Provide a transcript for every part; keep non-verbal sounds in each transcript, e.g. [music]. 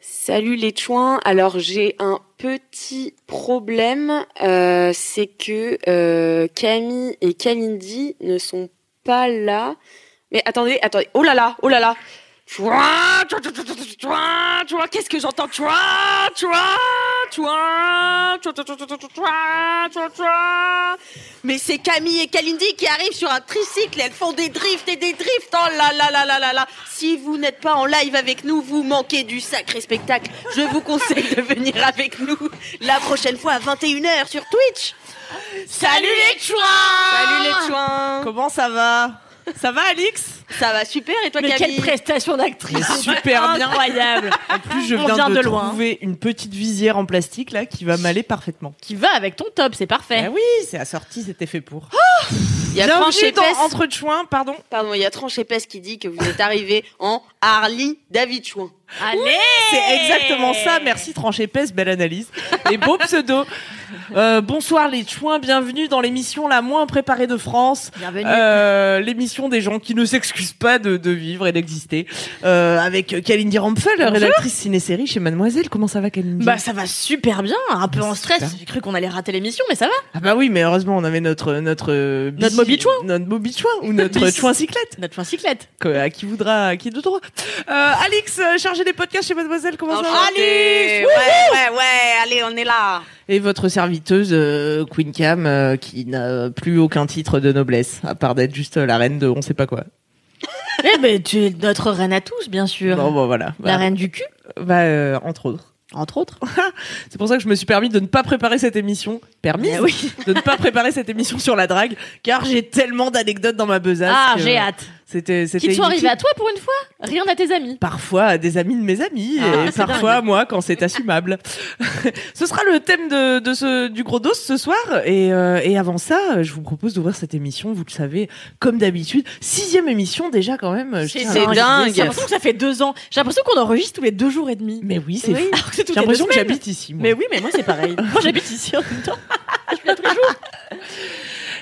Salut les chouins. Alors j'ai un petit problème, euh, c'est que euh, Camille et Kalindi ne sont pas là. Mais attendez, attendez. Oh là là, oh là là. Chouin, chouin, chouin, chouin, chouin, chouin. Qu'est-ce que j'entends Chouin, chouin, chouin, chouin, chouin, chouin, chouin, chouin, chouin, chouin. Mais c'est Camille et Kalindi qui arrivent sur un tricycle. Elles font des drifts et des drifts. Oh là là là là là là. Si vous n'êtes pas en live avec nous, vous manquez du sacré spectacle. Je vous conseille de venir avec nous la prochaine fois à 21h sur Twitch. Salut les chouins Salut les chouins Comment ça va Ça va, Alix Ça va super et toi Mais Camille quelle prestation d'actrice Mais super bien. Incroyable En plus, je On viens vient de, de loin. trouver une petite visière en plastique là qui va m'aller parfaitement. Qui va avec ton top, c'est Eh parfait. oui, c'est assorti, c'était fait pour. Oh, Il y a Franck Bienvenue Chépès. dans Entre Chouins, pardon. Eh. Pardon, il y a Tranche Épaisse qui dit que vous êtes arrivé en Harley Davidchouin. Allez C'est exactement ça. Merci Tranche Épaisse, belle analyse et beau pseudo. Euh, bonsoir les chouins, bienvenue dans l'émission la moins préparée de France. Bienvenue. Euh, l'émission des gens qui ne s'excusent pas de, de vivre et d'exister. Euh, avec Kalindi Rampfel, rédactrice ciné-série chez Mademoiselle. Comment ça va Kalindi Bah ça va super bien, un peu en Super. stress. J'ai cru qu'on allait rater l'émission, mais ça va. Ah bah oui, mais heureusement, on avait notre notre euh, bici- Notre mobichouin. notre mobichouin ou notre Bici. chouin cyclette, Notre [laughs] fin cyclette. que- à qui voudra, à qui de droit. Euh, Alix, euh, chargée des podcasts chez Mademoiselle, comment ça va Enchantée. Ouais, ouais, ouais, allez, on est là. Et votre serviteuse euh, Queen Cam, euh, qui n'a plus aucun titre de noblesse, à part d'être juste euh, la reine de on sait pas quoi. Eh ben tu es notre reine à tous, bien sûr. Bon, bon voilà. La Bah, reine du cul, bah, euh, entre autres. entre autres. [laughs] C'est pour ça que je me suis permis de ne pas préparer cette émission. Permis Eh oui. [laughs] De ne pas préparer cette émission sur la drague, car j'ai tellement d'anecdotes dans ma besace. Ah, que j'ai hâte. C'était, c'était. Qui te sont inutile. arrivés à toi pour une fois Rien à tes amis. parfois à des amis de mes amis Ah, et c'est parfois à moi quand c'est assumable. [laughs] ce sera le thème de, de ce, du gros dos ce soir et, euh, et avant ça, euh, je vous propose d'ouvrir cette émission, vous le savez, comme d'habitude, sixième émission déjà quand même. je tiens à c'est le dingue. préciser, J'ai l'impression que ça fait deux ans. J'ai l'impression qu'on enregistre tous les deux jours et demi. Mais oui, c'est fou. Alors que c'est [laughs] toutes J'ai les deux l'impression que semaines. j'habite ici. moi. Mais oui, mais moi [laughs] c'est pareil. moi j'habite ici en même temps.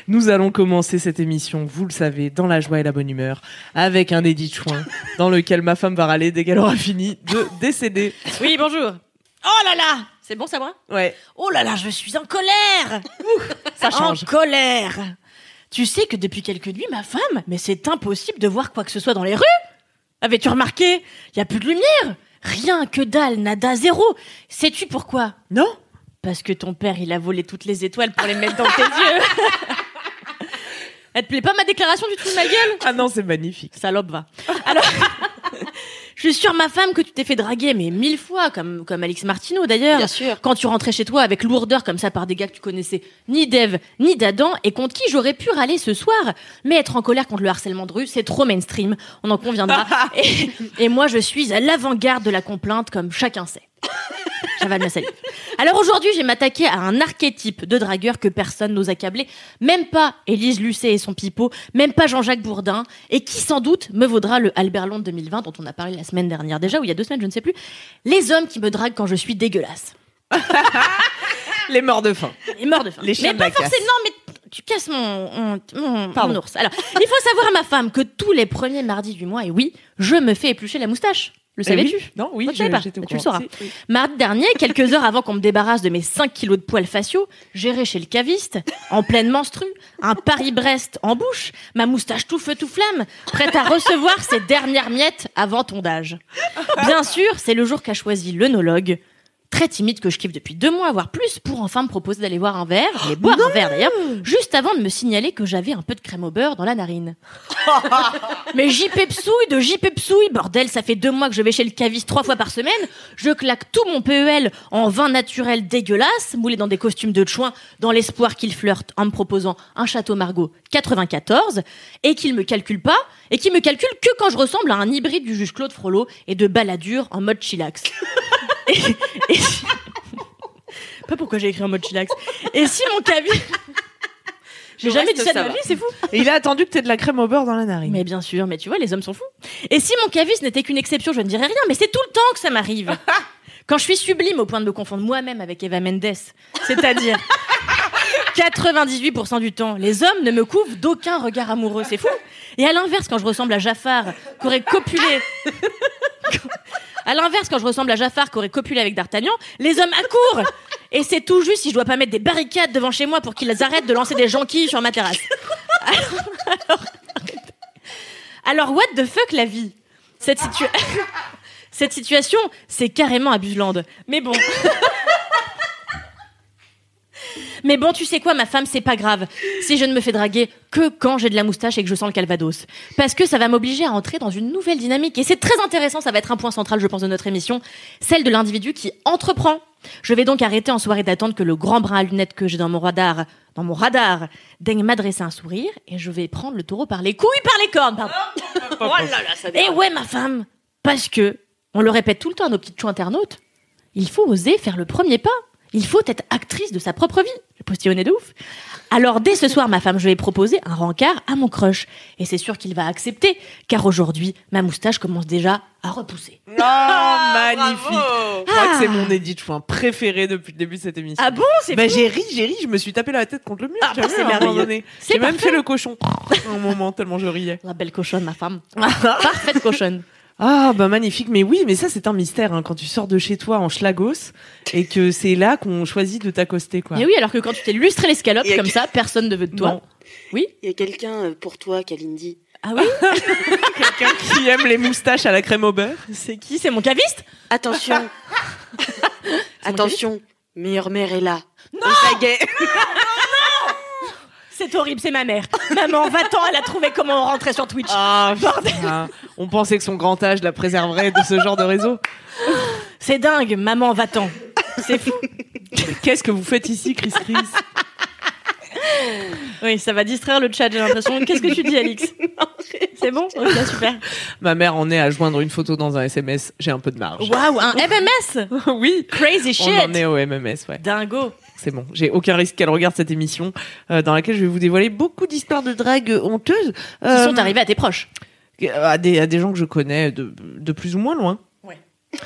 Nous allons commencer cette émission, vous le savez, dans la joie et la bonne humeur, avec un édit [laughs] chouin dans lequel ma femme va râler dès qu'elle aura fini de décéder. Oui, bonjour. Oh là là C'est bon ça va Ouais, Oh là là, je suis [laughs] en colère ça change. En colère Tu sais que depuis quelques nuits, ma femme, mais c'est impossible de voir quoi que ce soit dans les rues Avais-tu remarqué Il a plus de lumière Rien que dalle, nada, zéro Sais-tu pourquoi Non Parce que ton père, il a volé toutes les étoiles pour les mettre dans [laughs] tes yeux [laughs] Elle te plaît pas ma déclaration du tout de ma gueule Ah non, c'est magnifique. Salope va. Alors, [laughs] je suis sûre, ma femme, que tu t'es fait draguer, mais mille fois, comme, comme Alex Martineau d'ailleurs. Bien sûr. Quand tu rentrais chez toi avec lourdeur comme ça par des gars que tu connaissais ni d'Ève ni d'Adam et contre qui j'aurais pu râler ce soir. Mais être en colère contre le harcèlement de rue, c'est trop mainstream, on [laughs] en conviendra. et, et moi, je suis à l'avant-garde de la complainte comme chacun sait. J'avale ma salive. Alors aujourd'hui, je vais m'attaquer à un archétype de dragueur que personne n'ose accabler, même pas Élise Lucet et son pipeau, même pas Jean-Jacques Bourdin, et qui sans doute me vaudra le Albert Londres 2020 dont on a parlé la semaine dernière déjà, ou il y a deux semaines, je ne sais plus. Les hommes qui me draguent quand je suis dégueulasse. Les morts de faim. Il est mort de faim. Les chiens mais de pas la casse. forcément, mais tu casses mon, mon, mon Pardon. ours. Alors, il faut savoir à ma femme que tous les premiers mardis du mois, et oui, je me fais éplucher la moustache. Le Eh oui. savais-tu Non, oui, Moi, je savais pas. Bah, j'étais au Tu le courant. sauras. Si, oui. Mardi dernier, quelques heures avant qu'on me débarrasse de mes 5 kilos de poils faciaux, j'irai chez le caviste, en pleine menstrue, un Paris-Brest en bouche, ma moustache tout feu tout flamme, prête à recevoir ses dernières miettes avant tondage. Bien sûr, c'est le jour qu'a choisi l'œnologue. très timide que je kiffe depuis deux mois, voire plus, pour enfin me proposer d'aller voir un verre, et boire un verre d'ailleurs, juste avant de me signaler que j'avais un peu de crème au beurre dans la narine. Mais j'y pepsouille de j'y pepsouille, bordel, ça fait deux mois que je vais chez le caviste trois fois par semaine, je claque tout mon PEL en vin naturel dégueulasse, moulé dans des costumes de chouin, dans l'espoir qu'il flirte en me proposant un château Margot 94, et qu'il me calcule pas, et qu'il me calcule que quand je ressemble à un hybride du juge Claude Frollo et de Balladur en mode chillax. Et- et si- Pas pourquoi j'ai écrit en mode chillax. Et si mon caviste... J'ai Le jamais reste, dit ça ça de ma va. vie, c'est fou. Et il a attendu que t'aies de la crème au beurre dans la narine. Mais bien sûr, mais tu vois, les hommes sont fous. Et si mon caviste n'était qu'une exception, je ne dirais rien, mais c'est tout le temps que ça m'arrive. Quand je suis sublime au point de me confondre moi-même avec Eva Mendes, c'est-à-dire 98% du temps, les hommes ne me couvrent d'aucun regard amoureux, c'est fou. Et à l'inverse, quand je ressemble à Jafar, qu'aurait copulé. À l'inverse, quand je ressemble à Jafar, qu'aurait copulé avec D'Artagnan, les hommes accourent Et c'est tout juste si je dois pas mettre des barricades devant chez moi pour qu'ils arrêtent de lancer des jonquilles sur ma terrasse. Alors, what the fuck la vie Cette, situa- [laughs] Cette situation, c'est carrément abuselande. Mais bon. [laughs] Mais bon, tu sais quoi, ma femme, c'est pas grave. Si je ne me fais draguer que quand j'ai de la moustache et que je sens le calvados. Parce que ça va m'obliger à entrer dans une nouvelle dynamique. Et c'est très intéressant, ça va être un point central, je pense, de notre émission. Celle de l'individu qui entreprend. Je vais donc arrêter en soirée d'attendre que le grand brin à lunettes que j'ai dans mon radar, dans mon radar, daigne m'adresser un sourire et je vais prendre le taureau par les couilles, par les cornes, pardon. Oh là là, ça Eh ouais, ma femme Parce que, on le répète tout le temps à nos petites choux internautes, il faut oser faire le premier pas. Il faut être actrice de sa propre vie. Le postillonné de ouf. Alors, dès ce soir, ma femme, je vais proposer un rencard à mon crush. Et c'est sûr qu'il va accepter, car aujourd'hui, ma moustache commence déjà à repousser. Oh, Ah, magnifique. Je crois que c'est mon Edith Chouin préféré depuis le début de cette émission. Ah bon, c'est Bah, j'ai ri, j'ai ri, je me suis tapé la tête contre le mur. Ah, j'avoue, bah, c'est à un moment merveilleux. donné. C'est J'ai même parfait. fait le cochon. [laughs] à un moment, tellement je riais. La belle cochonne, ma [laughs] femme. Parfaite cochonne. Ah bah magnifique, mais oui, mais ça c'est un mystère hein, quand tu sors de chez toi en schlagos et que c'est là qu'on choisit de t'accoster quoi. Mais oui, alors que quand tu t'es lustré l'escalope Et- comme ça, personne ne veut de toi. Non. Oui Il y a quelqu'un euh, pour toi, Kalindi. Ah oui Quelqu'un qui aime les moustaches à la crème au beurre. C'est qui C'est mon caviste [laughs] Attention. Attention. Meilleure mère est là. Non C'est horrible, c'est ma [laughs] mère. Maman, va-t'en, elle a trouvé comment rentrer sur Twitch. Ah putain, on pensait que son grand âge la préserverait de ce genre de réseau. C'est dingue, maman, va-t'en. C'est fou. Qu'est-ce que vous faites ici, Chris Chris Oui, ça va distraire le chat, j'ai l'impression. Qu'est-ce que tu dis, [laughs] Alix C'est bon Ok, super. [laughs] Ma mère en est à joindre une photo dans un SMS. J'ai un peu de marge. Waouh, un MMS oui. Crazy On en shit est au MMS, ouais. Dingo C'est bon, j'ai aucun risque qu'elle regarde cette émission euh, dans laquelle je vais vous dévoiler beaucoup d'histoires de drague honteuses. Ils euh, sont arrivés à tes proches. à des, à des gens que je connais de, de plus ou moins loin. Ouais.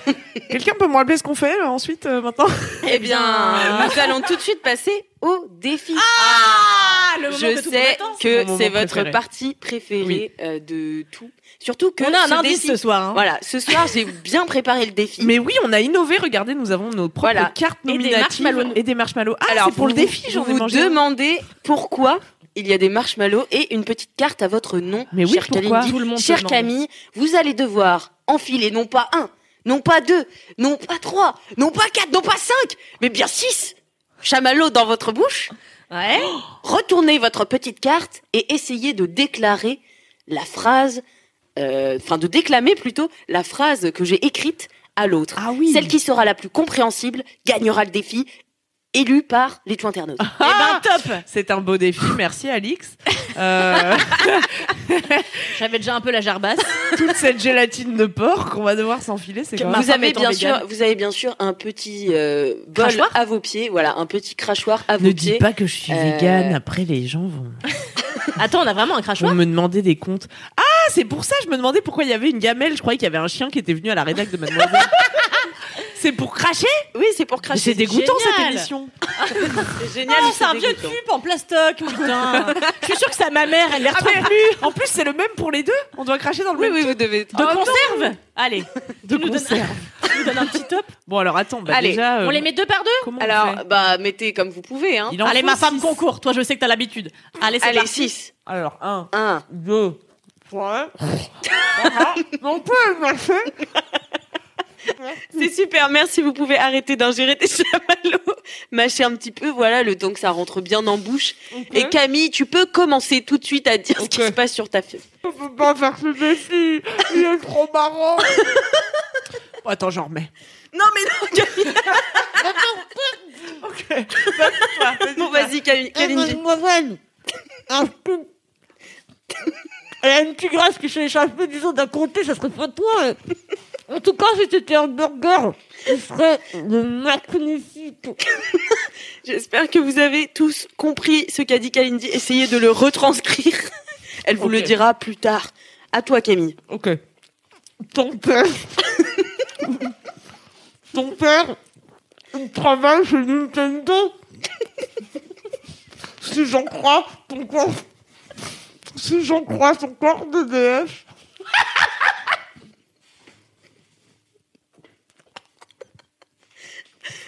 [laughs] Quelqu'un peut me rappeler ce qu'on fait là, ensuite euh, maintenant Eh bien, nous allons tout de suite passer au défi. Ah Le Je sais C'est que mon moment c'est votre préféré. partie préférée euh, de tout. Surtout que On a ce un indice défi- ce soir. hein. Voilà, ce soir j'ai bien préparé le défi. Mais oui, on a innové, regardez, nous avons nos propres Voilà. cartes Et des nominatives marshmallows. et des marshmallows. Ah, Alors c'est pour le vous- défi, j'en vous ai vous mangé. demandez pourquoi il y a des marshmallows et une petite carte à votre nom. Mais oui, chère pourquoi Kalindi. Tout le monde se Chère demande. Camille, vous allez devoir enfiler non pas un, non pas deux, non pas trois, non pas quatre, non pas cinq, mais bien six chamallows dans votre bouche. Ouais. Oh, Retournez votre petite carte et essayez de déclarer la phrase, euh, enfin de déclamer plutôt la phrase que j'ai écrite à l'autre. Ah oui. Celle qui sera la plus compréhensible gagnera le défi, élu par les tout internautes. Ah, Eh ben top C'est un beau défi, merci Alix. Euh, J'avais déjà un peu la jarbasse. toute cette gélatine de porc qu'on va devoir s'enfiler, c'est quand Ma même... Vous femme avez, étant bien végane. sûr, vous avez bien sûr un petit euh, bol Crachoir à vos pieds, voilà, un petit crachoir à vos Ne dis pieds. pas que je suis Euh, végane, après les gens vont, Attends, on a vraiment un vont crachoir me demander des comptes. Ah, c'est pour ça, je me demandais pourquoi il y avait une gamelle, je croyais qu'il y avait un chien qui était venu à la rédac de [laughs] Mademoiselle. c'est pour cracher Oui, c'est pour cracher. C'est dégoûtant cette génial. émission. C'est génial. Ah, c'est c'est un vieux dégoûtant. tube en plastoc, putain Je suis sûre que ça, ma mère, elle les Ah, retrouve mais- en plus, c'est le même pour les deux. On doit cracher dans le Oui, même. Ah, oui, vous devez. De conserve Allez, De tu nous donnes- conserve. tu nous donnes [laughs] un petit top. Bon, alors attends. Bah, Allez, déjà, euh, On les met deux par deux comment on Alors, fait bah, mettez comme vous pouvez. Hein. Il en Allez, faut ma femme, six. concours. Toi, je sais que t'as l'habitude. Allez, c'est Allez, parti. 6, Alors, un, 1. deux, trois. Ah, ah, on peut le mâcher. C'est super, merci. Vous pouvez arrêter d'ingérer des [laughs] chamallows. Mâcher un petit peu, voilà, le temps que ça rentre bien en bouche. Et Camille, tu peux commencer tout de suite à dire ce qui Ok. se passe sur ta feuille. On peut pas faire ce défi. Il est trop [laughs] marrant. Oh, attends, j'en remets. Non, mais non, [laughs] Camille. Ok. Vas-y, Eh, Bon, vas-y, Camille. Eh, Kalindi. Mademoiselle, un scoop. Elle a une petite grâce qui s'échappe, disons, d'un comté, ça serait pas toi. hein. En tout cas, si c'était un burger, ce serait le magnifique. J'espère que vous avez tous compris ce qu'a dit Kalindi. Essayez de le retranscrire. [laughs] Elle vous le Ok. dira plus tard. À toi, Camille. Ok. Ton père. [laughs] Ton père, il travaille chez Nintendo. Si j'en crois, ton corps. Si j'en crois, son corps de DF.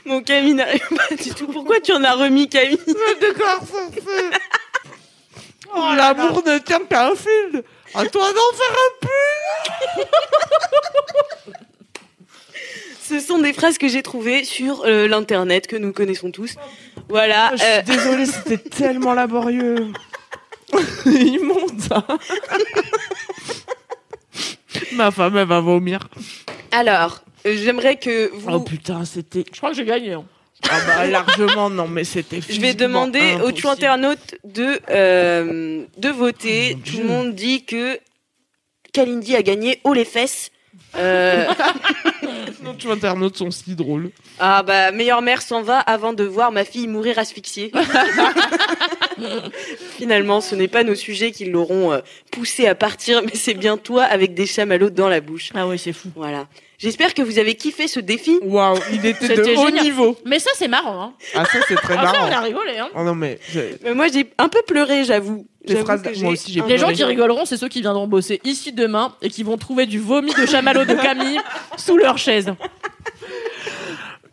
Mon Camille n'arrive pas du tout. Pourquoi tu en as remis, Camille Le décor censé. Oh, l'amour ne tient qu'à un fil. À toi d'en faire un Ce sont des phrases que j'ai trouvées sur euh, l'internet que nous connaissons tous. Voilà. Ah, Je suis euh, désolée, c'était [laughs] tellement laborieux. [laughs] Immonde, hein. ça. [laughs] Ma femme, elle va vomir. alors, euh, j'aimerais que vous. Oh putain, c'était. Je crois que j'ai gagné. Ah bah [laughs] largement, non, mais c'était. je vais demander aux tu internautes de euh, de voter. Oh, mon Tout Dieu. le monde dit que Kalindi a gagné haut les fesses. Euh, Nos tu internautes sont si drôles. ah bah meilleure mère s'en va avant de voir ma fille mourir [laughs] asphyxiée. Finalement, ce n'est pas nos sujets qui l'auront euh, poussée à partir, mais c'est bien toi avec des chamallows dans la bouche. Ah ouais, c'est fou. Voilà. J'espère que vous avez kiffé ce défi. Waouh, il était de C'était haut génial. niveau. Mais ça, c'est marrant. Hein. Ah ça, c'est très Ah, ça, on marrant. a rigolé. Hein. Oh non mais c'est- Mais Euh, moi, j'ai un peu pleuré, j'avoue. Les J'avoue phrases- que moi aussi, j'ai un- Les gens Rigolé. qui rigoleront, c'est ceux qui viendront bosser ici demain et qui vont trouver du vomi de chamallow de [laughs] Camille sous leur chaise.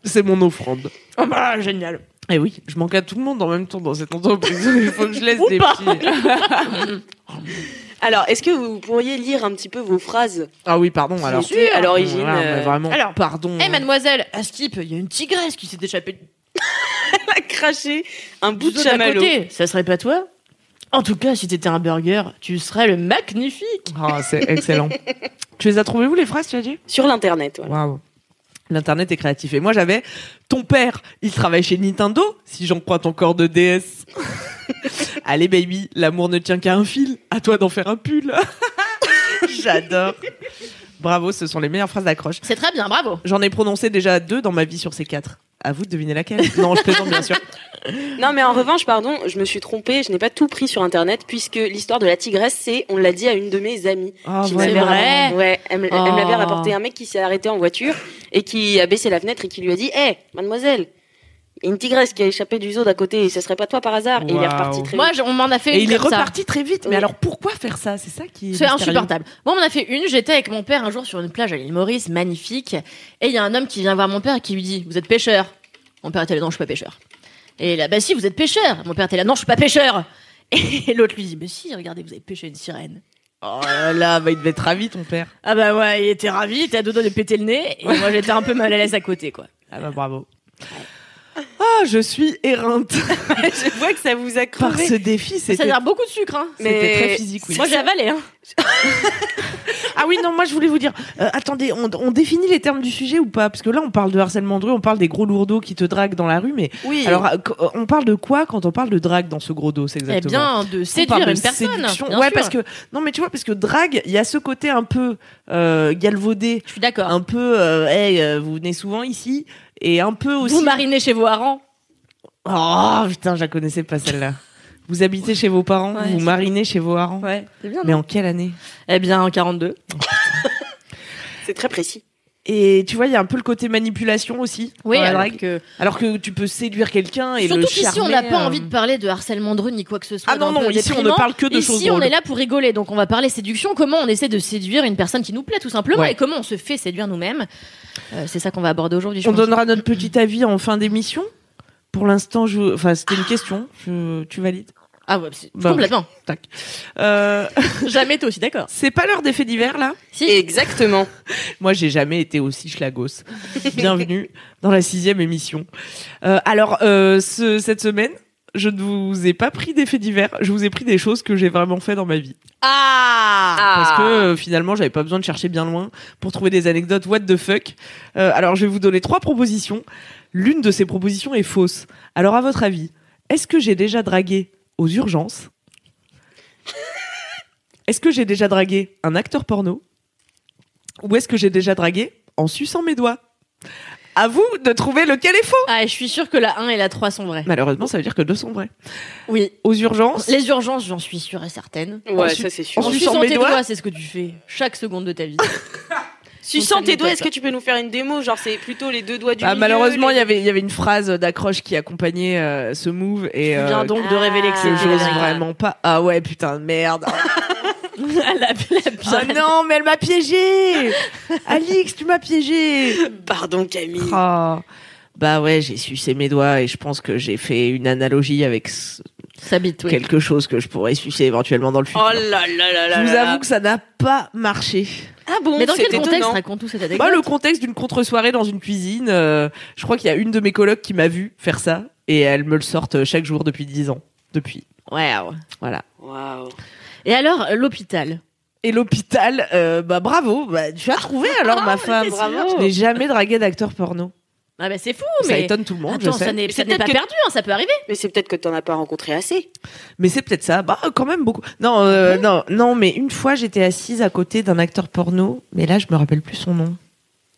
c'est mon offrande. Oh bah, génial. Et Eh oui, je manque à tout le monde en même temps dans cette entreprise. [laughs] Il faut que je laisse Ou des pas. petits. Alors, est-ce que vous pourriez lire un petit peu vos phrases Ah oui, pardon. Alors. qui étaient à l'origine Voilà, mais euh, vraiment. alors. pardon. Eh mademoiselle, à Skip, il y a une tigresse qui s'est échappée a craché un bout de de à chamallow. côté. Ça serait pas toi En tout cas, si t'étais un burger, tu serais le magnifique. Ah, c'est excellent. tu les as trouvées vous les phrases, tu as dit Sur l'internet, voilà. Waouh. L'internet est créatif. Et moi, j'avais ton père, il travaille chez Nintendo, si j'en crois ton corps de [laughs] DS. Allez, baby, l'amour ne tient qu'à un fil. À toi d'en faire un [laughs] pull. J'adore. Bravo, ce sont les meilleures phrases d'accroche. C'est très bien, bravo. J'en ai prononcé déjà deux dans ma vie sur ces quatre. À vous de deviner laquelle. Non, je plaisante, bien sûr. Non, mais en revanche, pardon, je me suis trompée, je n'ai pas tout pris sur internet, puisque l'histoire de la tigresse, c'est, on l'a dit à une de mes amies. [laughs] Ah, qui ouais. m'avait C'est vrai. ramené- Ouais, elle, me- elle me l'avait Oh. rapporté un mec qui s'est arrêté en voiture et qui a baissé la fenêtre et qui lui a dit Hé, mademoiselle, il y a une tigresse qui a échappé du zoo d'à côté et ce serait pas toi par hasard Et il est Waouh. reparti très Moi, je- on m'en a fait Et une il est comme ça. reparti très vite. Mais Oui. alors, pourquoi faire ça C'est ça qui est. C'est mystérieux. insupportable. Moi, on en a fait une. J'étais avec mon père un jour sur une plage à l'île Maurice, magnifique. Et il y a un homme qui vient voir mon père et qui lui dit Vous êtes pêcheur Mon père était là, non, je suis pas pêcheur. Et là, bah si, vous êtes pêcheur. Mon père était là, non, je suis pas pêcheur. [laughs] Et l'autre lui dit Mais si, regardez, vous avez pêché une sirène. Oh là là, bah, il devait être ravi, ton père. Ah bah ouais, il était ravi, il était à deux doigts de péter le nez. Et moi, j'étais un peu mal à l'aise à côté, quoi. Ah bah, bravo. Ah, je suis éreinte. [laughs] bien. je vois que ça vous a Par crevé. ce défi, Ça c'était veut dire beaucoup de sucre, hein. Mais- C'était très physique, oui. Moi, j'ai avalé, hein. Ah oui, non, moi je voulais vous dire, euh, attendez, on, on définit les termes du sujet ou pas Parce que là, on parle de harcèlement de rue, on parle des gros lourdeaux qui te draguent dans la rue, mais Oui, alors, euh, qu- euh, on parle de quoi quand on parle de drague dans ce gros dos, c'est Eh exactement bien, On de parle séduire de une personne. séduction. bien Ouais, sûr. parce que non, mais tu vois, parce que drague, il y a ce côté un peu euh, galvaudé, Je suis d'accord. un peu, euh, hey, euh, vous venez souvent ici, et un peu aussi. Vous marinez chez vous à Aran. Oh putain, je la connaissais pas celle-là. Vous habitez chez vos parents, Ouais. vous marinez chez vos parents. Ouais, c'est bien. Mais en quelle année Eh bien, en 42. c'est très précis. Et tu vois, il y a un peu le côté manipulation aussi. Oui, dans la alors drague. que Alors que tu peux séduire quelqu'un et Surtout le qu'ici, charmer. on n'a pas envie de euh, parler de harcèlement de rue ni quoi que ce soit. Ah non d'un non, peu ici on ne déprimant. parle que de choses Ici, on drôles. est là pour rigoler, donc on va parler séduction. Comment on essaie de séduire une personne qui nous plaît, tout simplement, Ouais. et comment on se fait séduire nous-mêmes. Euh, c'est ça qu'on va aborder aujourd'hui. je On pense. donnera notre petit avis en fin d'émission. Pour l'instant, je... enfin, c'était une question. Je- Tu valides Ah ouais, c'est- Bah, [laughs] complètement. Tac. Euh, [laughs] Jamais été aussi d'accord. c'est pas l'heure des faits divers là Si. Exactement. Moi, j'ai jamais été aussi schlagos. Bienvenue dans la sixième émission. Euh, alors, euh, ce- cette semaine, je ne vous ai pas pris des faits divers. Je vous ai pris des choses que j'ai vraiment fait dans ma vie. Ah. Parce que euh, finalement, j'avais pas besoin de chercher bien loin pour trouver des anecdotes what the fuck. Euh, alors, je vais vous donner trois propositions. L'une de ces propositions est fausse. Alors, à votre avis, est-ce que j'ai déjà dragué aux urgences Est-ce que j'ai déjà dragué un acteur porno Ou est-ce que j'ai déjà dragué en suçant mes doigts À vous de trouver lequel est faux. Ah, je suis sûre que la 1 et la 3 sont vraies. Malheureusement, ça veut dire que deux sont vrais. Oui. Aux urgences, Les urgences, j'en suis sûre et certaine. Ouais, Ensuite- ça c'est sûr. En Ensuite- suçant mes tes doigts. doigts, c'est ce que tu fais chaque seconde de ta [laughs] vie. Suçant tes doigts, est-ce que tu peux nous faire une démo Genre, c'est plutôt les deux doigts du Bah, milieu, malheureusement, il les- y avait- il y avait une phrase d'accroche qui accompagnait euh, ce move. Et, Tu viens euh, donc de révéler que Ah. c'est que j'ose la- vraiment pas. Ah ouais, putain de merde. [laughs] la, la, la Ah non, mais elle [laughs] m'a piégé. Alix, tu m'as piégé. Pardon, Camille. Oh. Bah ouais, j'ai sucé mes doigts et je pense que j'ai fait une analogie avec s- Ça bite, oui. quelque chose que je pourrais sucer éventuellement dans le futur. Oh là là là là. je vous là là. avoue que ça n'a pas marché. Ah bon Mais dans quel c'est contexte étonnant. raconte tout cette Bah, anecdote le contexte d'une contre-soirée dans une cuisine, euh, je crois qu'il y a une de mes colocs qui m'a vu faire ça et elle me le sorte euh, chaque jour depuis 10 ans. Depuis. Wow. Voilà. Waouh. Et alors, euh, l'hôpital Et l'hôpital, euh, bah bravo, bah, tu as trouvé Ah, alors ma femme. t'étais sûre. Je n'ai jamais dragué d'acteur porno. Ah bah c'est fou, Ça mais... étonne tout le monde, Attends, je sais. ça n'est Mais ça c'est n'est pas peut-être que- perdu, hein, ça peut arriver. Mais c'est peut-être que t'en as pas rencontré assez. Mais c'est peut-être ça. Bah, quand même beaucoup. Non, Ah euh, non, non, mais une fois, j'étais assise à côté d'un acteur porno, mais là, je me rappelle plus son nom.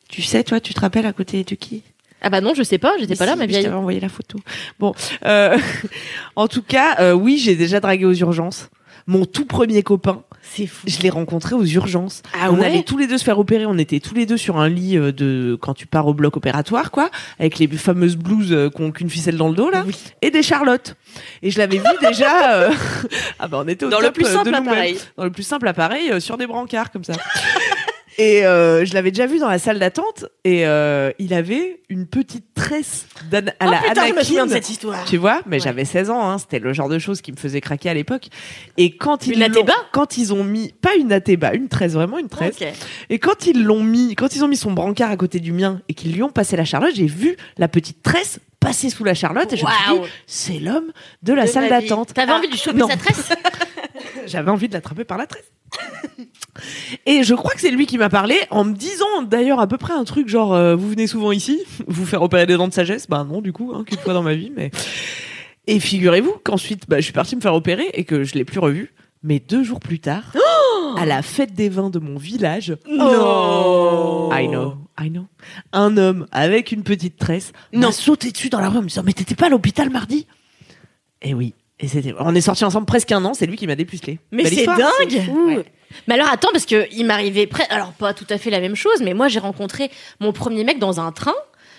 Tu sais, toi, tu te rappelles à côté de qui Ah bah non, je sais pas, j'étais pas Mais là, si, ma mais vieille. Je t'avais envoyé la photo. Bon, euh, [laughs] en tout cas, euh, oui, j'ai déjà dragué aux urgences. Mon tout premier copain, C'est fou. je l'ai rencontré aux urgences. Ah on allait tous les deux se faire opérer. On était tous les deux sur un lit euh, de quand tu pars au bloc opératoire, quoi, avec les fameuses blouses euh, qu'on- qu'une ficelle dans le dos là, et des charlottes. Et je l'avais vu [laughs] déjà. euh, [laughs] Ah bah on était au Dans top, le plus euh, simple de nous-mêmes. appareil. Dans le plus simple appareil, euh, sur des [laughs] brancards comme ça. Et euh, je l'avais déjà vu dans la salle d'attente et euh, il avait une petite tresse d'Anna Oh, Oh, à la Anakin. histoire. Tu vois, mais Ouais. j'avais 16 ans, hein, c'était le genre de choses qui me faisait craquer à l'époque. Et quand ils Une l'ont- Athéba quand ils ont mis pas une atéba, une tresse vraiment une tresse. Et quand ils l'ont mis, quand ils ont mis son brancard à côté du mien et qu'ils lui ont passé la Charlotte, j'ai vu la petite tresse passer sous la Charlotte et je me suis dit Waouh. c'est l'homme de la De salle ma vie. d'attente. T'avais Ah, envie de lui choper non. sa tresse J'avais envie de l'attraper par la tresse. Et je crois que c'est lui qui m'a parlé en me disant d'ailleurs à peu près un truc genre euh, vous venez souvent ici [laughs] vous faire opérer des dents de sagesse bah non du coup hein, qu'une fois dans ma vie mais et figurez-vous qu'ensuite bah, je suis partie me faire opérer et que je l'ai plus revu mais deux jours plus tard [gasps] à la fête des vins de mon village Non. I know, I know. Un homme avec une petite tresse Non. m'a sauté dessus dans la rue en me disant Mais t'étais pas à l'hôpital mardi Et oui. Et c'était. On est sortis ensemble presque un an, c'est lui qui m'a dépucelé. Mais Belle c'est histoire. dingue Ouais. Mais alors attends, parce que il m'arrivait près, alors pas tout à fait la même chose, mais moi j'ai rencontré mon premier mec dans un train.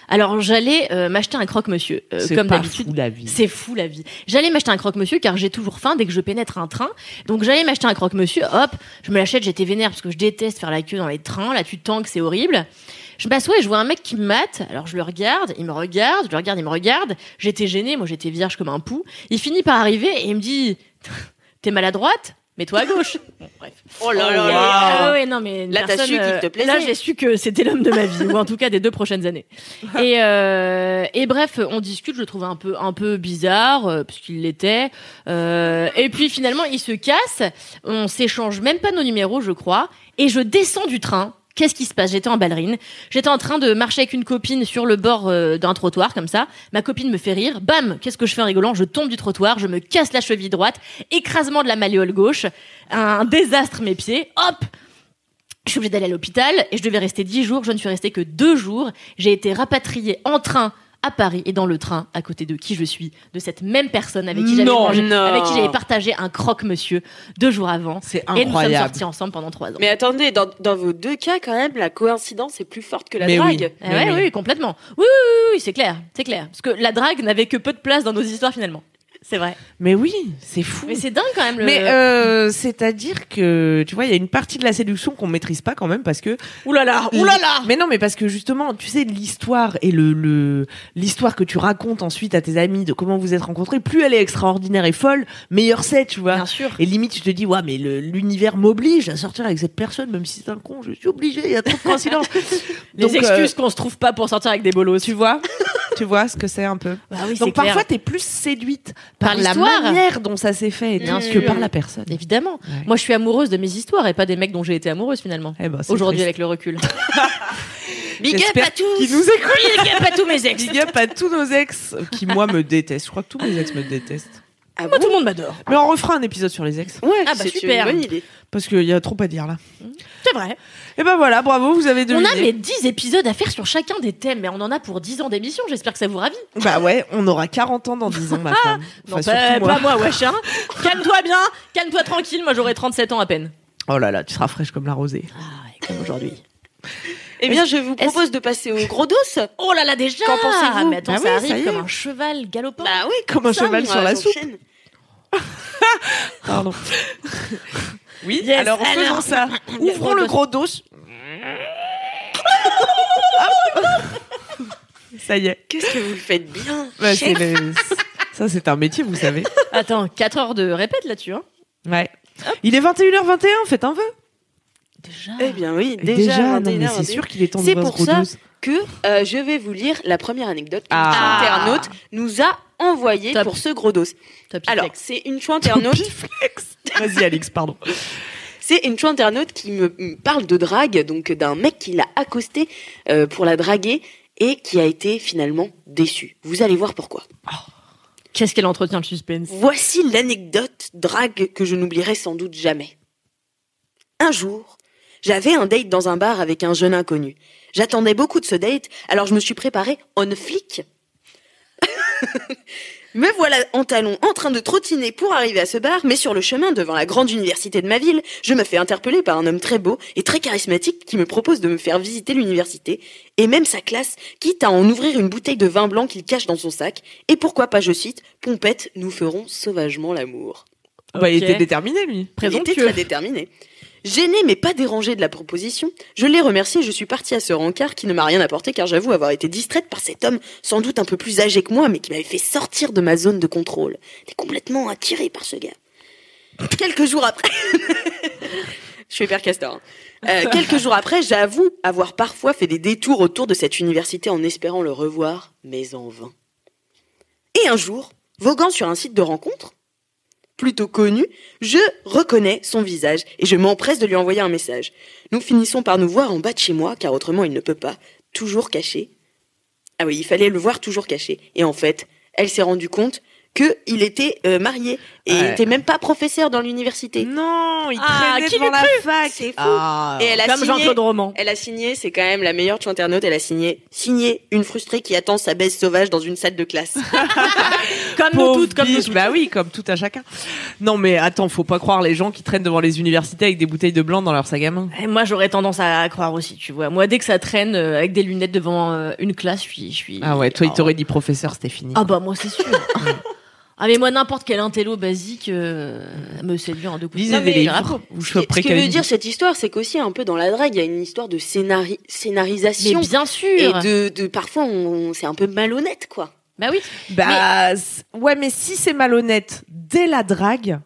Alors j'allais euh, m'acheter un croque-monsieur, euh, C'est comme pas d'habitude. fou, la vie. C'est fou la vie. J'allais m'acheter un croque-monsieur car j'ai toujours faim dès que je pénètre un train. Donc j'allais m'acheter un croque-monsieur, hop, je me l'achète, j'étais vénère parce que je déteste faire la queue dans les trains, là tu tangues, c'est horrible. Je m'assois et je vois un mec qui me mate, alors je le regarde, il me regarde, je le regarde, il me regarde. J'étais gênée, moi j'étais vierge comme un pou. Il finit par arriver et il me dit [laughs] T'es maladroite Mets-toi à gauche. Bon, bref. Oh là là Et- là. ah ouais, non, mais une Là, t'as personne, su qu'il te euh, plaisait. Là, j'ai su que c'était l'homme de ma vie, ou en tout cas des deux [laughs] prochaines années. Et, euh, et bref, on discute, je le trouve un peu, un peu bizarre, euh, parce qu'il l'était. Euh, et puis finalement, il se casse, on s'échange même pas nos numéros, je crois, et je descends du train. Qu'est-ce qui se passe J'étais en ballerine. J'étais en train de marcher avec une copine sur le bord euh, d'un trottoir, comme ça. Ma copine me fait rire. Bam Qu'est-ce que je fais en rigolant Je tombe du trottoir, je me casse la cheville droite, écrasement de la malléole gauche, un désastre mes pieds. Hop je suis obligée d'aller à l'hôpital et je devais rester 10 jours. Je ne suis restée que 2 jours. J'ai été rapatriée en train à Paris et dans le train à côté de qui je suis, de cette même personne avec qui j'avais Non, mangé- non. avec qui j'avais partagé un croque-monsieur deux jours avant. C'est Et nous sommes incroyable. sortis ensemble pendant 3 ans. Mais attendez, dans, dans vos deux cas, quand même, la coïncidence est plus forte que la Mais oui. drague. Ah Mais ouais, oui. oui, complètement. Oui, oui, oui, oui, c'est clair, c'est clair. Parce que la drague n'avait que peu de place dans nos histoires finalement. C'est vrai. Mais oui, c'est fou. Mais c'est dingue quand même. Le... Mais euh, c'est-à-dire que tu vois, il y a une partie de la séduction qu'on maîtrise pas quand même parce que oulala, Mais non, mais parce que justement, tu sais, l'histoire et le le- l'histoire que tu racontes ensuite à tes amis de comment vous êtes rencontrés, plus elle est extraordinaire et folle, meilleur c'est, tu vois. Bien sûr. Et limite, tu te dis, ouais, mais le- l'univers m'oblige à sortir avec cette personne, même si c'est un con, je suis obligé, il y a trop de coïncidences. [laughs] Les Donc, euh, excuses qu'on se trouve pas pour sortir avec des bolos. tu vois, tu vois ce que c'est un peu. Bah oui, Donc c'est clair. parfois, t'es plus séduite Par par, la l'histoire. manière dont ça s'est fait Bien que sûr. par la personne. Évidemment. Ouais. Moi, je suis amoureuse de mes histoires et pas des mecs dont j'ai été amoureuse finalement. Eh ben, c'est Aujourd'hui, triste. avec [laughs] le recul. Big up J'espère à tous. qu'ils nous écoutent. Big up à tous mes ex. Big up à tous nos ex qui, moi, me détestent. Je crois que tous mes ex me détestent. Ah Moi, bon tout le monde m'adore. Mais on refera un épisode sur les ex Ouais, Ah bah, c'est super. une bonne idée. parce qu'il y a trop à dire là. C'est vrai. Et ben voilà, bravo, vous avez On deviné. a les 10 épisodes à faire sur chacun des thèmes, mais on en a pour 10 ans d'émission. J'espère que ça vous ravit. Bah ouais, on aura 40 ans dans 10 ans, [laughs] ma femme. Non, Enfin, pas, surtout pas moi. moi, wesh. hein. Calme-toi bien, calme-toi tranquille. Moi, j'aurai 37 ans à peine. Oh là là, tu seras fraîche comme la rosée. comme aujourd'hui. Eh bien, je vous propose de passer au gros dos. Oh là là, déjà Qu'en pensez-vous Mais attends, Ah ça oui, arrive ça y est. comme un cheval galopant. Bah oui, Comme un cheval sur la soupe. Pardon. Oui, Yes, alors en alors. faisant ça, ouvrons gros le dos. gros dos. [laughs] ça y est. Qu'est-ce que vous le faites bien Bah, c'est le- Ça, c'est un métier, vous savez. Attends, 4 heures de répète là-dessus. Hein. Ouais. Il est 21h21, faites un vœu. Déjà. Eh bien oui, Déjà, déjà, non, 21, mais c'est 22. sûr qu'il est temps C'est d'ouvrir ce pour gros ça dos. que euh, je vais vous lire la première anecdote que Ah. notre internaute nous a envoyée Top. pour ce gros dos. Top Alors, Itex. c'est une chouette internaute, Vas-y, Alix, pardon. c'est une chouette internaute qui me me parle de drague, donc d'un mec qui l'a accosté euh, pour la draguer et qui a été finalement déçu. Vous allez voir pourquoi. qu'est-ce qu'elle entretient le suspense Voici l'anecdote drague que je n'oublierai sans doute jamais. Un jour, j'avais un date dans un bar avec un jeune inconnu. J'attendais beaucoup de ce date, alors je me suis préparée on flic. me voilà en talon en train de trottiner pour arriver à ce bar, mais sur le chemin devant la grande université de ma ville, je me fais interpeller par un homme très beau et très charismatique qui me propose de me faire visiter l'université et même sa classe, quitte à en ouvrir une bouteille de vin blanc qu'il cache dans son sac. Et pourquoi pas, je cite, Pompette, nous ferons sauvagement l'amour. Bah, il Ok. était déterminé, lui. Il était Présomptueux. très déterminé. Gêné mais pas dérangé de la proposition, je l'ai remercié et je suis partie à ce rencard qui ne m'a rien apporté car j'avoue avoir été distraite par cet homme sans doute un peu plus âgé que moi mais qui m'avait fait sortir de ma zone de contrôle. J'étais complètement attirée par ce gars. Quelques jours après... [laughs] je suis hyper castor. hein. Euh, quelques jours après, j'avoue avoir parfois fait des détours autour de cette université en espérant le revoir, mais en vain. Et un jour, voguant sur un site de rencontre, plutôt connu, je reconnais son visage et je m'empresse de lui envoyer un message. Nous finissons par nous voir en bas de chez moi, car autrement il ne peut pas, toujours caché. Ah oui, il fallait le voir toujours caché. Et en fait, elle s'est rendue compte qu'il était euh, marié et il Ouais. n'était même pas professeur dans l'université. Non, il Ah, traînait qui devant l'eût la fac. C'est fou. Ah. Et elle a Comme signé. Jean-Claude Roman. Elle a signé, c'est quand même la meilleure chou internaute, elle a signé. Signé une frustrée qui attend sa baisse sauvage dans une salle de classe. Comme nous Pauvre toutes, comme nous biche. toutes. Bah oui, comme tout à chacun. Non, mais attends, faut pas croire les gens qui traînent devant les universités avec des bouteilles de blanc dans leur sac à main. Et Eh, moi, j'aurais tendance à croire aussi, tu vois. Moi, dès que ça traîne euh, avec des lunettes devant euh, une classe, je suis, je suis. oh. Ah ouais, toi, il t'aurait dit professeur, c'était fini. Ah bah moi, c'est sûr. ah mais moi, n'importe quel intello basique euh, me séduit en deux coups. de Lisez poing. des Mais livres. Vous Ce que- ce que veut dire cette histoire, c'est qu'aussi un peu dans la drague, il y a une histoire de scénari- scénarisation. Mais bien et sûr. de, de parfois, on, c'est un peu malhonnête, quoi. Bah oui. Bah c- ouais, mais si c'est malhonnête dès la drague,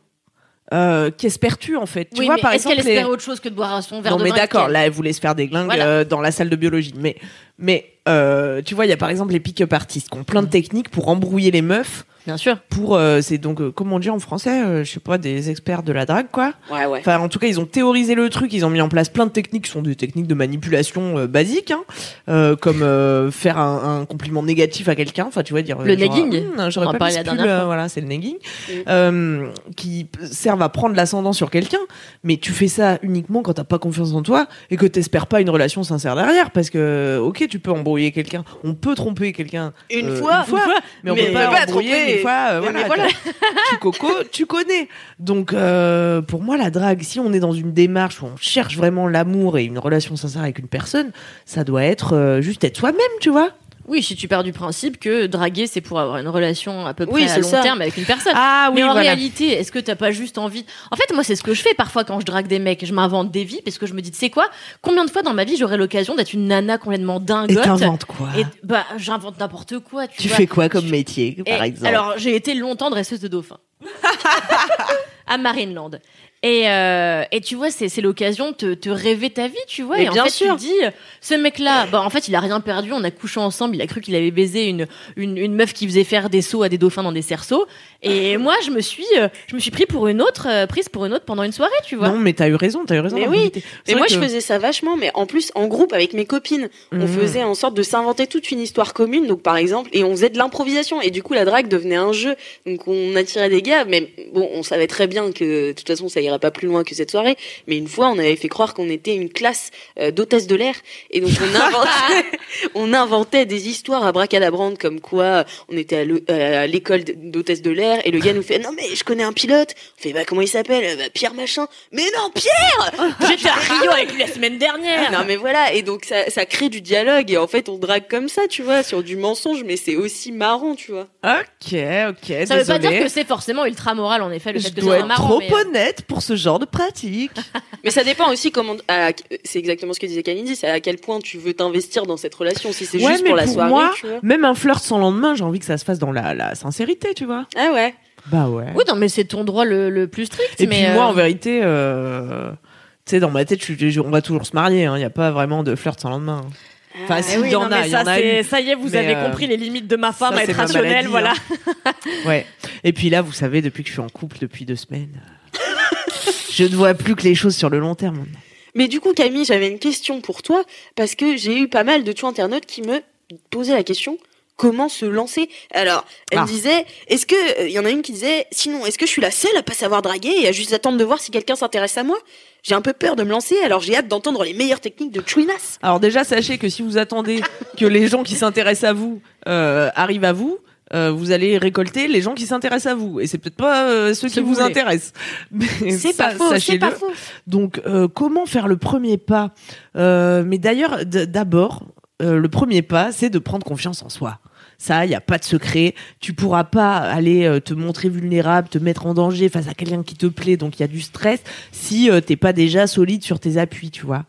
euh, qu'espères-tu en fait Tu oui, vois, mais par est-ce exemple, qu'elle les- espère autre chose que de boire son verre non de mais vin avec d'accord, elle là elle voulait se faire des glingues Voilà. euh, dans la salle de biologie, mais mais euh, tu vois, il y a par exemple les pick-up artistes qui ont plein de Mm. techniques pour embrouiller les meufs. Bien sûr. Pour euh, c'est donc euh, comment on dit en français, euh, je sais pas, des experts de la drague quoi. Ouais, ouais. Enfin, en tout cas, ils ont théorisé le truc, ils ont mis en place plein de techniques, qui sont des techniques de manipulation euh, basiques, hein, euh, comme euh, faire un, un compliment négatif à quelqu'un, enfin, tu vois, dire... euh, Le genre, nagging. Hum, J'aurais On en pas parlait mis la ce pull, dernière euh, fois. voilà, c'est le nagging, Mm. euh, qui p- servent à prendre l'ascendant sur quelqu'un, mais tu fais ça uniquement quand t'as pas confiance en toi et que t'espères pas une relation sincère derrière, parce que, ok, tu peux embrouiller quelqu'un, on peut tromper quelqu'un... Une euh, fois, une fois, mais on mais peut on peut pas pas embrouiller tromper. une fois, euh, Mais voilà, voilà. [laughs] tu coco, tu connais. Donc, euh, pour moi, la drague, si on est dans une démarche où on [laughs] cherche vraiment l'amour et une relation sincère avec une personne, ça doit être euh, juste être soi-même, tu vois. Oui, si tu pars du principe que draguer, c'est pour avoir une relation à peu près Oui, à c'est long ça. terme avec une personne. Ah oui, Mais en voilà. réalité, est-ce que t'as pas juste envie En fait, moi, c'est ce que je fais parfois quand je drague des mecs. Je m'invente des vies parce que je me dis, tu sais quoi Combien de fois dans ma vie j'aurai l'occasion d'être une nana complètement Et dingote t'inventes quoi Et bah, j'invente n'importe quoi. Tu, Tu vois. fais quoi comme métier, Et par exemple Eh, Alors, j'ai été longtemps dresseuse de dauphins. [laughs] à Marineland. Et, euh, et tu vois, c'est c'est l'occasion de te, te rêver ta vie, tu vois. Mais et en bien fait, sûr. tu te dis, ce mec-là, bah, en fait, il a rien perdu. On a couché ensemble. Il a cru qu'il avait baisé une, une, une meuf qui faisait faire des sauts à des dauphins dans des cerceaux. [laughs] Et moi, je me suis, euh, je me suis pris pour une autre, euh, prise pour une autre pendant une soirée, tu vois. Non, mais t'as eu raison, t'as eu raison. Mais d'en oui, profiter. Mais C'est vrai moi, que- je faisais ça vachement, mais en plus, en groupe, avec mes copines, on Mhm. faisait en sorte de s'inventer toute une histoire commune, donc par exemple, et on faisait de l'improvisation, et du coup, la drague devenait un jeu, donc on attirait des gars, mais bon, on savait très bien que, de toute façon, ça irait pas plus loin que cette soirée, mais une fois, on avait fait croire qu'on était une classe euh, d'hôtesse de l'air, et donc on inventait, [laughs] on inventait des histoires à bracadabrande, comme quoi, euh, on était à le- à l'école d'hôtesse de l'air, et le gars nous fait, non mais, je connais un pilote, on fait, bah, comment il s'appelle? Bah, Pierre Machin. Mais non, Pierre! [laughs] J'étais à Rio avec lui la semaine dernière. Ah, Ah Non mais voilà, et donc ça, ça crée du dialogue et en fait on drague comme ça, tu vois, sur du mensonge, mais c'est aussi marrant, tu vois. Ok, ok, ça veut pas dire désolé. que c'est forcément ultra moral, en effet, le je fait que dois ça soit être marrant. trop mais, euh, honnête pour ce genre de [laughs] pratique. Mais ça dépend aussi comment, à- c'est exactement ce que disait Kalindi, c'est à quel point tu veux t'investir dans cette relation, si c'est Ouais, juste mais pour la pour soirée, moi, tu vois. Même un flirt sans lendemain, j'ai envie que ça se fasse dans la, la sincérité, tu vois. Ah ouais. Bah ouais. Oui, non, mais c'est ton droit le, le plus strict. Et mais puis moi, euh, en vérité, euh, tu sais, dans ma tête, je, suis- je- on va toujours se marier. hein. Il n'y a pas vraiment de flirt sans lendemain. hein. Enfin, Ah, si, Eh oui, il y en non, a, mais il y ça, en a c'est- une. ça y est, vous Mais, avez euh, compris les limites de ma femme ça, à être c'est ma rationnelle, maladie, hein. voilà. Ouais. Et puis là, vous savez, depuis que je suis en couple, depuis deux semaines, euh, je ne vois plus que les choses sur le long terme. Mais du coup, Camille, j'avais une question pour toi, parce que j'ai eu pas mal de tu internautes qui me posaient la question. Comment se lancer Alors, elle Ah. me disait, est-ce que euh, il y en a une qui disait, sinon, est-ce que je suis la seule à pas savoir draguer et à juste attendre de voir si quelqu'un s'intéresse à moi J'ai un peu peur de me lancer, alors j'ai hâte d'entendre les meilleures techniques de Chouinas. Alors déjà, sachez que si vous attendez que les gens qui s'intéressent à vous euh, arrivent à vous, euh, vous allez récolter les gens qui s'intéressent à vous. Et c'est peut-être pas euh, ceux Ce qui que vous vous voulez. intéressent. Mais C'est ça, pas faux, c'est sachez-le. pas faux. Donc, euh, comment faire le premier pas Euh, Mais d'ailleurs, d- d'abord, euh, le premier pas, c'est de prendre confiance en soi. Ça, il n'y a pas de secret. Tu pourras pas aller euh, te montrer vulnérable, te mettre en danger face à quelqu'un qui te plaît, donc il y a du stress, si euh, t'es pas déjà solide sur tes appuis, tu vois.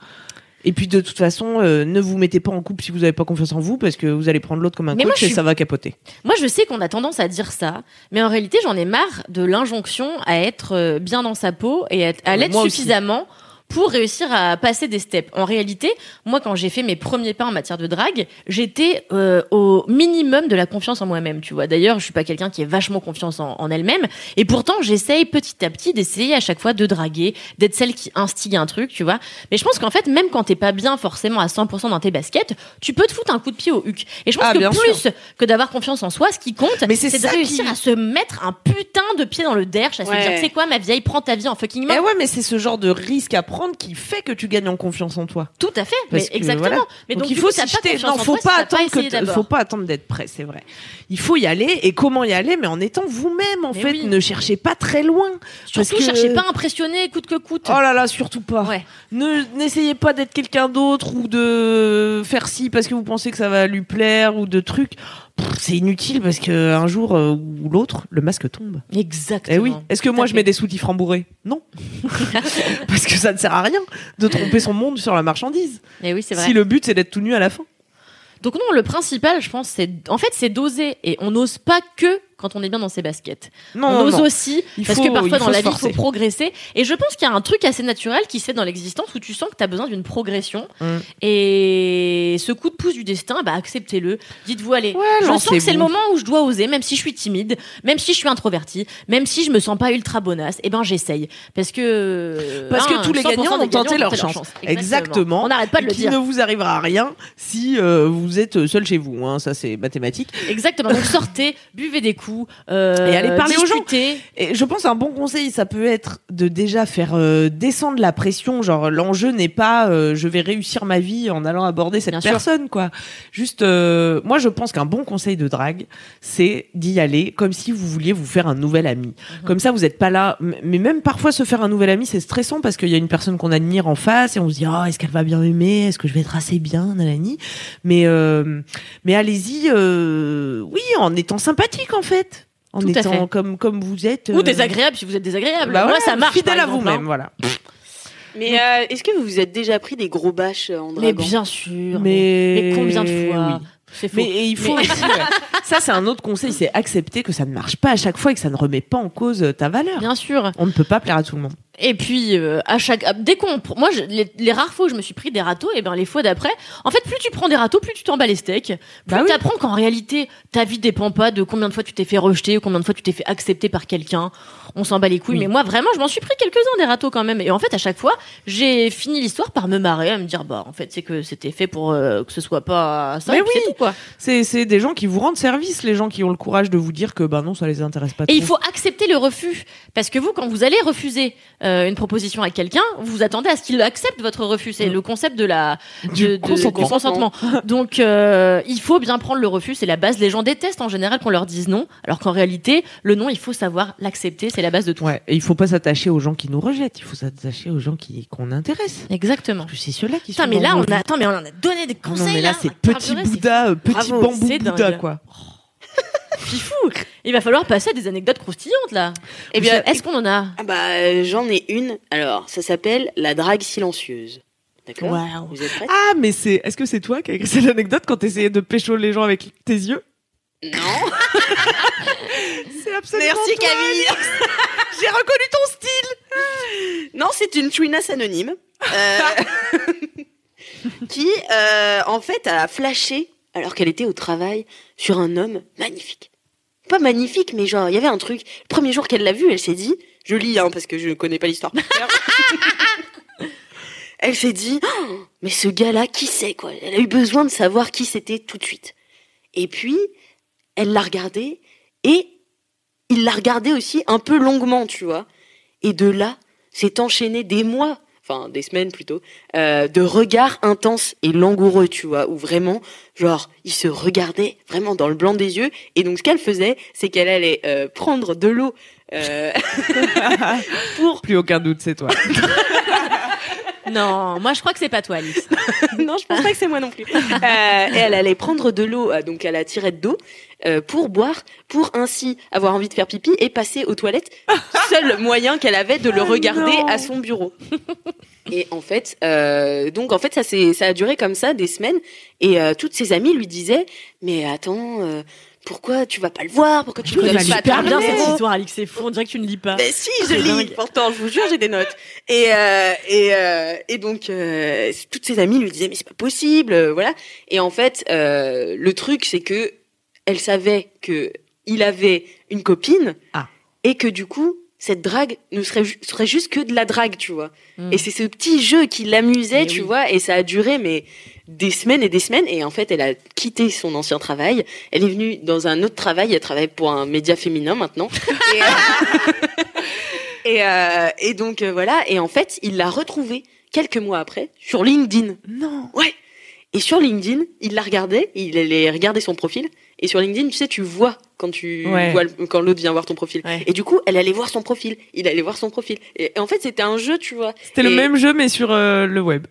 Et puis de toute façon, euh, ne vous mettez pas en couple si vous n'avez pas confiance en vous, parce que vous allez prendre l'autre comme un Mais coach moi, je et suis- ça va capoter. Moi, je sais qu'on a tendance à dire ça, mais en réalité, j'en ai marre de l'injonction à être euh, bien dans sa peau et à, être- à Ouais, l'être moi aussi. suffisamment pour réussir à passer des steps. En réalité, moi, quand j'ai fait mes premiers pas en matière de drague, j'étais euh, au minimum de la confiance en moi-même, tu vois. D'ailleurs, je suis pas quelqu'un qui est vachement confiance en, en elle-même, et pourtant, j'essaye petit à petit d'essayer à chaque fois de draguer, d'être celle qui instille un truc, tu vois. Mais je pense qu'en fait, même quand t'es pas bien forcément à 100% dans tes baskets, tu peux te foutre un coup de pied au huc. Et je pense Ah, que bien plus que d'avoir confiance en soi, ce qui compte, Mais c'est c'est de ça réussir qui- à se mettre un putain de pied dans le derche, à se Ouais. dire, c'est quoi ma vieille, prends ta vie en fucking main. Eh ouais, mais c'est ce genre de risque à prendre qui fait que tu gagnes en confiance en toi. Tout à fait, Parce mais que, exactement. voilà. Mais donc, il du faut coup, t'as s'y jeter. confiance Non, en faut toi si pas t'as attendre que essayé t- d'abord. faut pas attendre d'être prêt, c'est vrai. Il faut y aller et comment y aller, mais en étant vous-même en Mais fait. oui. Ne cherchez pas très loin. parce Surtout, que- cherchez pas à impressionner coûte que coûte. Oh là là, surtout pas. Ouais. Ne n'essayez pas d'être quelqu'un d'autre ou de faire ci parce que vous pensez que ça va lui plaire ou de trucs. Pff, C'est inutile parce que un jour euh, ou l'autre, le masque tombe. Exactement. Eh oui. Est-ce que moi à je fait. mets des soutifs rembourrés Non, [laughs] parce que ça ne sert à rien de tromper son monde sur la marchandise. Eh oui, c'est vrai. Si le but c'est d'être tout nu à la fin. Donc non, le principal, je pense, c'est en fait, c'est d'oser et on n'ose pas que quand on est bien dans ses baskets. Non, on non, ose non. aussi Il parce faut- que parfois il faut dans la se vie, il faut forcer. progresser. Et je pense qu'il y a un truc assez naturel qui se fait dans l'existence où tu sens que tu as besoin d'une progression. Mm. Et ce coup de pouce du destin, bah acceptez-le. Dites-vous allez, Ouais, je sens que c'est lancez-vous. le moment où je dois oser, même si je suis timide, même si je suis introvertie, même si je me sens pas ultra bonasse. Et ben j'essaye parce que Parce que hein, tous les 100% des gagnants ont tenté leur chance. Exactement. On n'arrête pas de le qui dire. ne vous arrivera à rien si euh, vous êtes seul chez vous. hein. Ça, c'est mathématique. Exactement. Donc sortez, buvez des coup, euh, Et aller parler aux gens. discuter. Et je pense un bon conseil, ça peut être de déjà faire euh, descendre la pression. Genre l'enjeu n'est pas euh, je vais réussir ma vie en allant aborder cette Bien sûr. personne, quoi. Juste, euh, moi je pense qu'un bon conseil de drague, c'est d'y aller comme si vous vouliez vous faire un nouvel ami. Mhm. Comme ça, vous n'êtes pas là. M- Mais même parfois, se faire un nouvel ami, c'est stressant parce qu'il y a une personne qu'on admire en face et on se dit ah est-ce qu'elle va bien m'aimer, est-ce que je vais être assez bien, nanani. Mais euh, mais allez-y, euh, oui, en étant sympathique en fait. En Tout à étant fait. comme comme vous êtes euh, Ou désagréable si vous êtes désagréable. bah Moi, voilà, ça marche. Fidèle par à exemple, vous-même, hein. voilà. Mais euh, est-ce que vous vous êtes déjà pris des gros bâches euh, en draguant Mais bien sûr. Mais, mais combien de fois oui. C'est faux. Mais et il faut aussi. ouais. [laughs] Ça, c'est un autre conseil, c'est accepter que ça ne marche pas à chaque fois et que ça ne remet pas en cause euh, ta valeur. Bien sûr. On ne peut pas plaire à tout le monde. Et puis euh, à chaque à- dès qu'on pr- moi je- les, les rares fois où je me suis pris des râteaux et ben les fois d'après en fait plus tu prends des râteaux plus tu t'en bats les steaks plus Bah oui. t'apprends qu'en réalité ta vie dépend pas de combien de fois tu t'es fait rejeter ou combien de fois tu t'es fait accepter par quelqu'un on s'en bat les couilles Oui. mais moi vraiment je m'en suis pris quelques uns des râteaux quand même et en fait à chaque fois j'ai fini l'histoire par me marrer à me dire bah en fait c'est que c'était fait pour euh, que ce soit pas ça Mais et puis oui. c'est tout, quoi C'est c'est des gens qui vous rendent service, les gens qui ont le courage de vous dire que ben non, ça les intéresse pas. Et il trop. faut accepter le refus. Parce que vous, quand vous allez refuser euh, une proposition à quelqu'un, vous vous attendez à ce qu'il accepte votre refus. C'est Mm. le concept de la, Du de- de- consentement. du consentement. [laughs] Donc, euh, il faut bien prendre le refus. C'est la base. Les gens détestent en général qu'on leur dise non. Alors qu'en réalité, le non, il faut savoir l'accepter. C'est la base de tout. Ouais, et il faut pas s'attacher aux gens qui nous rejettent. Il faut s'attacher aux gens qui qu'on intéresse. Exactement. Parce que C'est ceux-là qui Putain, sont. mais dans là, nos on a, vies. attends, mais on en a donné des conseils. Non, mais là, on c'est a carburé, petit c'est Bouddha, euh, petit Bravo, bambou c'est Bouddha, dingue. quoi. fifou. Il va falloir passer à des anecdotes croustillantes, là. Eh Eh bien, bien, est-ce qu'on en a? Ah bah, euh, j'en ai une. Alors, ça s'appelle la drague silencieuse. D'accord Waouh. Vous êtes prêts Ah, mais c'est. Est-ce que c'est toi qui as écrit cette anecdote quand t'essayais de pécho les gens avec tes yeux Non C'est absolument. Merci toi. Camille J'ai reconnu ton style. Non, c'est une chouinasse anonyme. euh, [laughs] qui, euh, en fait, a flashé, alors qu'elle était au travail, sur un homme magnifique. Pas magnifique, mais genre, il y avait un truc. Le premier jour qu'elle l'a vu, elle s'est dit... Je lis, hein, parce que je ne connais pas l'histoire par cœur. [laughs] Elle s'est dit... Oh, mais ce gars-là, qui c'est, quoi Elle a eu besoin de savoir qui c'était tout de suite. Et puis, elle l'a regardé, et il l'a regardé aussi un peu longuement, tu vois. Et de là, s'est enchaîné des mois, enfin des semaines plutôt, euh, de regards intenses et langoureux, tu vois, où vraiment, genre, ils se regardaient vraiment dans le blanc des yeux. Et donc, ce qu'elle faisait, c'est qu'elle allait euh, prendre de l'eau. euh, pour Plus aucun doute, c'est [laughs] toi. Non, moi, je crois que c'est pas toi, Alice. [laughs] non je pense pas que c'est moi non plus Euh, et elle allait prendre de l'eau euh, donc à la tirette d'eau euh, pour boire pour ainsi avoir envie de faire pipi et passer aux toilettes seul moyen qu'elle avait de le Ah regarder non. à son bureau et en fait euh, donc en fait ça c'est ça a duré comme ça des semaines et euh, toutes ses amies lui disaient mais attends euh, pourquoi tu vas pas le voir pourquoi tu Tu ne connais donnes pas super ta Super bien mais- cette main histoire, Alice. C'est fou. On dirait que tu ne lis pas. mais si, je C'est lis, dingue. pourtant, je vous jure, j'ai des notes. Et, euh, et, euh, et donc, euh, toutes ses amies lui disaient, mais c'est pas possible, euh, voilà. Et en fait, euh, le truc, c'est que elle savait que il avait une copine Ah. et que du coup, cette drague ne serait, ju- serait juste que de la drague, tu vois. Mm. Et c'est ce petit jeu qui l'amusait, Mais tu oui. vois, et ça a duré, mais des semaines et des semaines. Et en fait, elle a quitté son ancien travail. Elle est venue dans un autre travail. Elle travaille pour un média féminin maintenant. Et, euh, et, euh, et donc, euh, voilà. Et en fait, il l'a retrouvée quelques mois après sur LinkedIn. Non. Ouais. Et sur LinkedIn, il la regardait, il allait regarder son profil. Et sur LinkedIn, tu sais, tu vois quand tu Ouais. vois le- quand l'autre vient voir ton profil. Ouais. Et du coup, elle allait voir son profil. Il allait voir son profil. Et, et en fait, c'était un jeu, tu vois. C'était le Et- même jeu, mais sur euh, le web.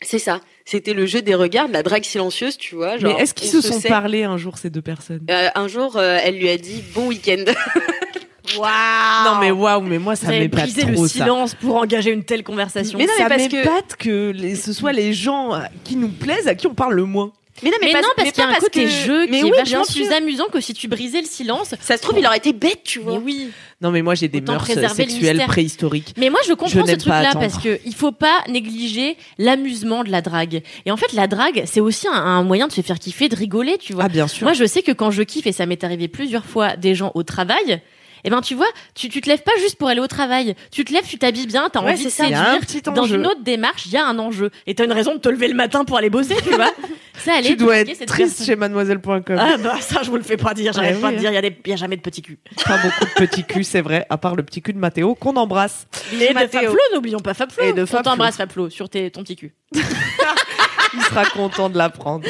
C'est ça. C'était le jeu des regards, de la drague silencieuse, tu vois. Genre, mais est-ce qu'ils on se sont sait. parlé un jour, ces deux personnes Euh, un jour, euh, elle lui a dit bon week-end. [laughs] Waouh Non, mais waouh, mais moi, ça Vous avez m'épate brisé trop, le ça. silence pour engager une telle conversation. Mais non, mais ça parce que- m'épate que, les- ce soit les gens euh, qui nous plaisent, à qui on parle le moins. Mais non, Mais non, parce mais qu'il y a pas un parce côté que- jeu mais qui oui, est bien vachement sûr. plus amusant que si tu brisais le silence. Ça se trouve, il aurait été bête, tu vois. Mais oui. Non, mais moi, j'ai des Autant mœurs préserver le sexuelles mystère. préhistoriques. Mais moi, je comprends ce n'aime pas truc-là attendre. parce que il faut pas négliger l'amusement de la drague. Et en fait, la drague, c'est aussi un, un moyen de se faire kiffer, de rigoler, tu vois. Ah, bien sûr. Moi, je sais que quand je kiffe, et ça m'est arrivé plusieurs fois, des gens au travail, eh ben, tu vois, tu, tu te lèves pas juste pour aller au travail. Tu te lèves, tu t'habilles bien, t'as Ouais, envie c'est de ça. Il y a un séduire. petit Dans enjeu. une autre démarche, il y a un enjeu. Et t'as une raison de te lever le matin pour aller bosser, tu vois. [laughs] Ça allait tu dois piquer être cette triste personne. chez mademoiselle.com. [laughs] Ah bah ça, je vous le fais pas dire, j'arrive Ah pas oui, de dire, il n'y a, jamais de petit cul. Pas beaucoup de petits culs, c'est vrai, à part le petit cul de Mathéo qu'on embrasse. Et de Mathéo. Fabflo, n'oublions pas Fabflo. Et de On Fabflo. t'embrasse Fabflo sur tes, ton petit cul. Il sera content de l'apprendre.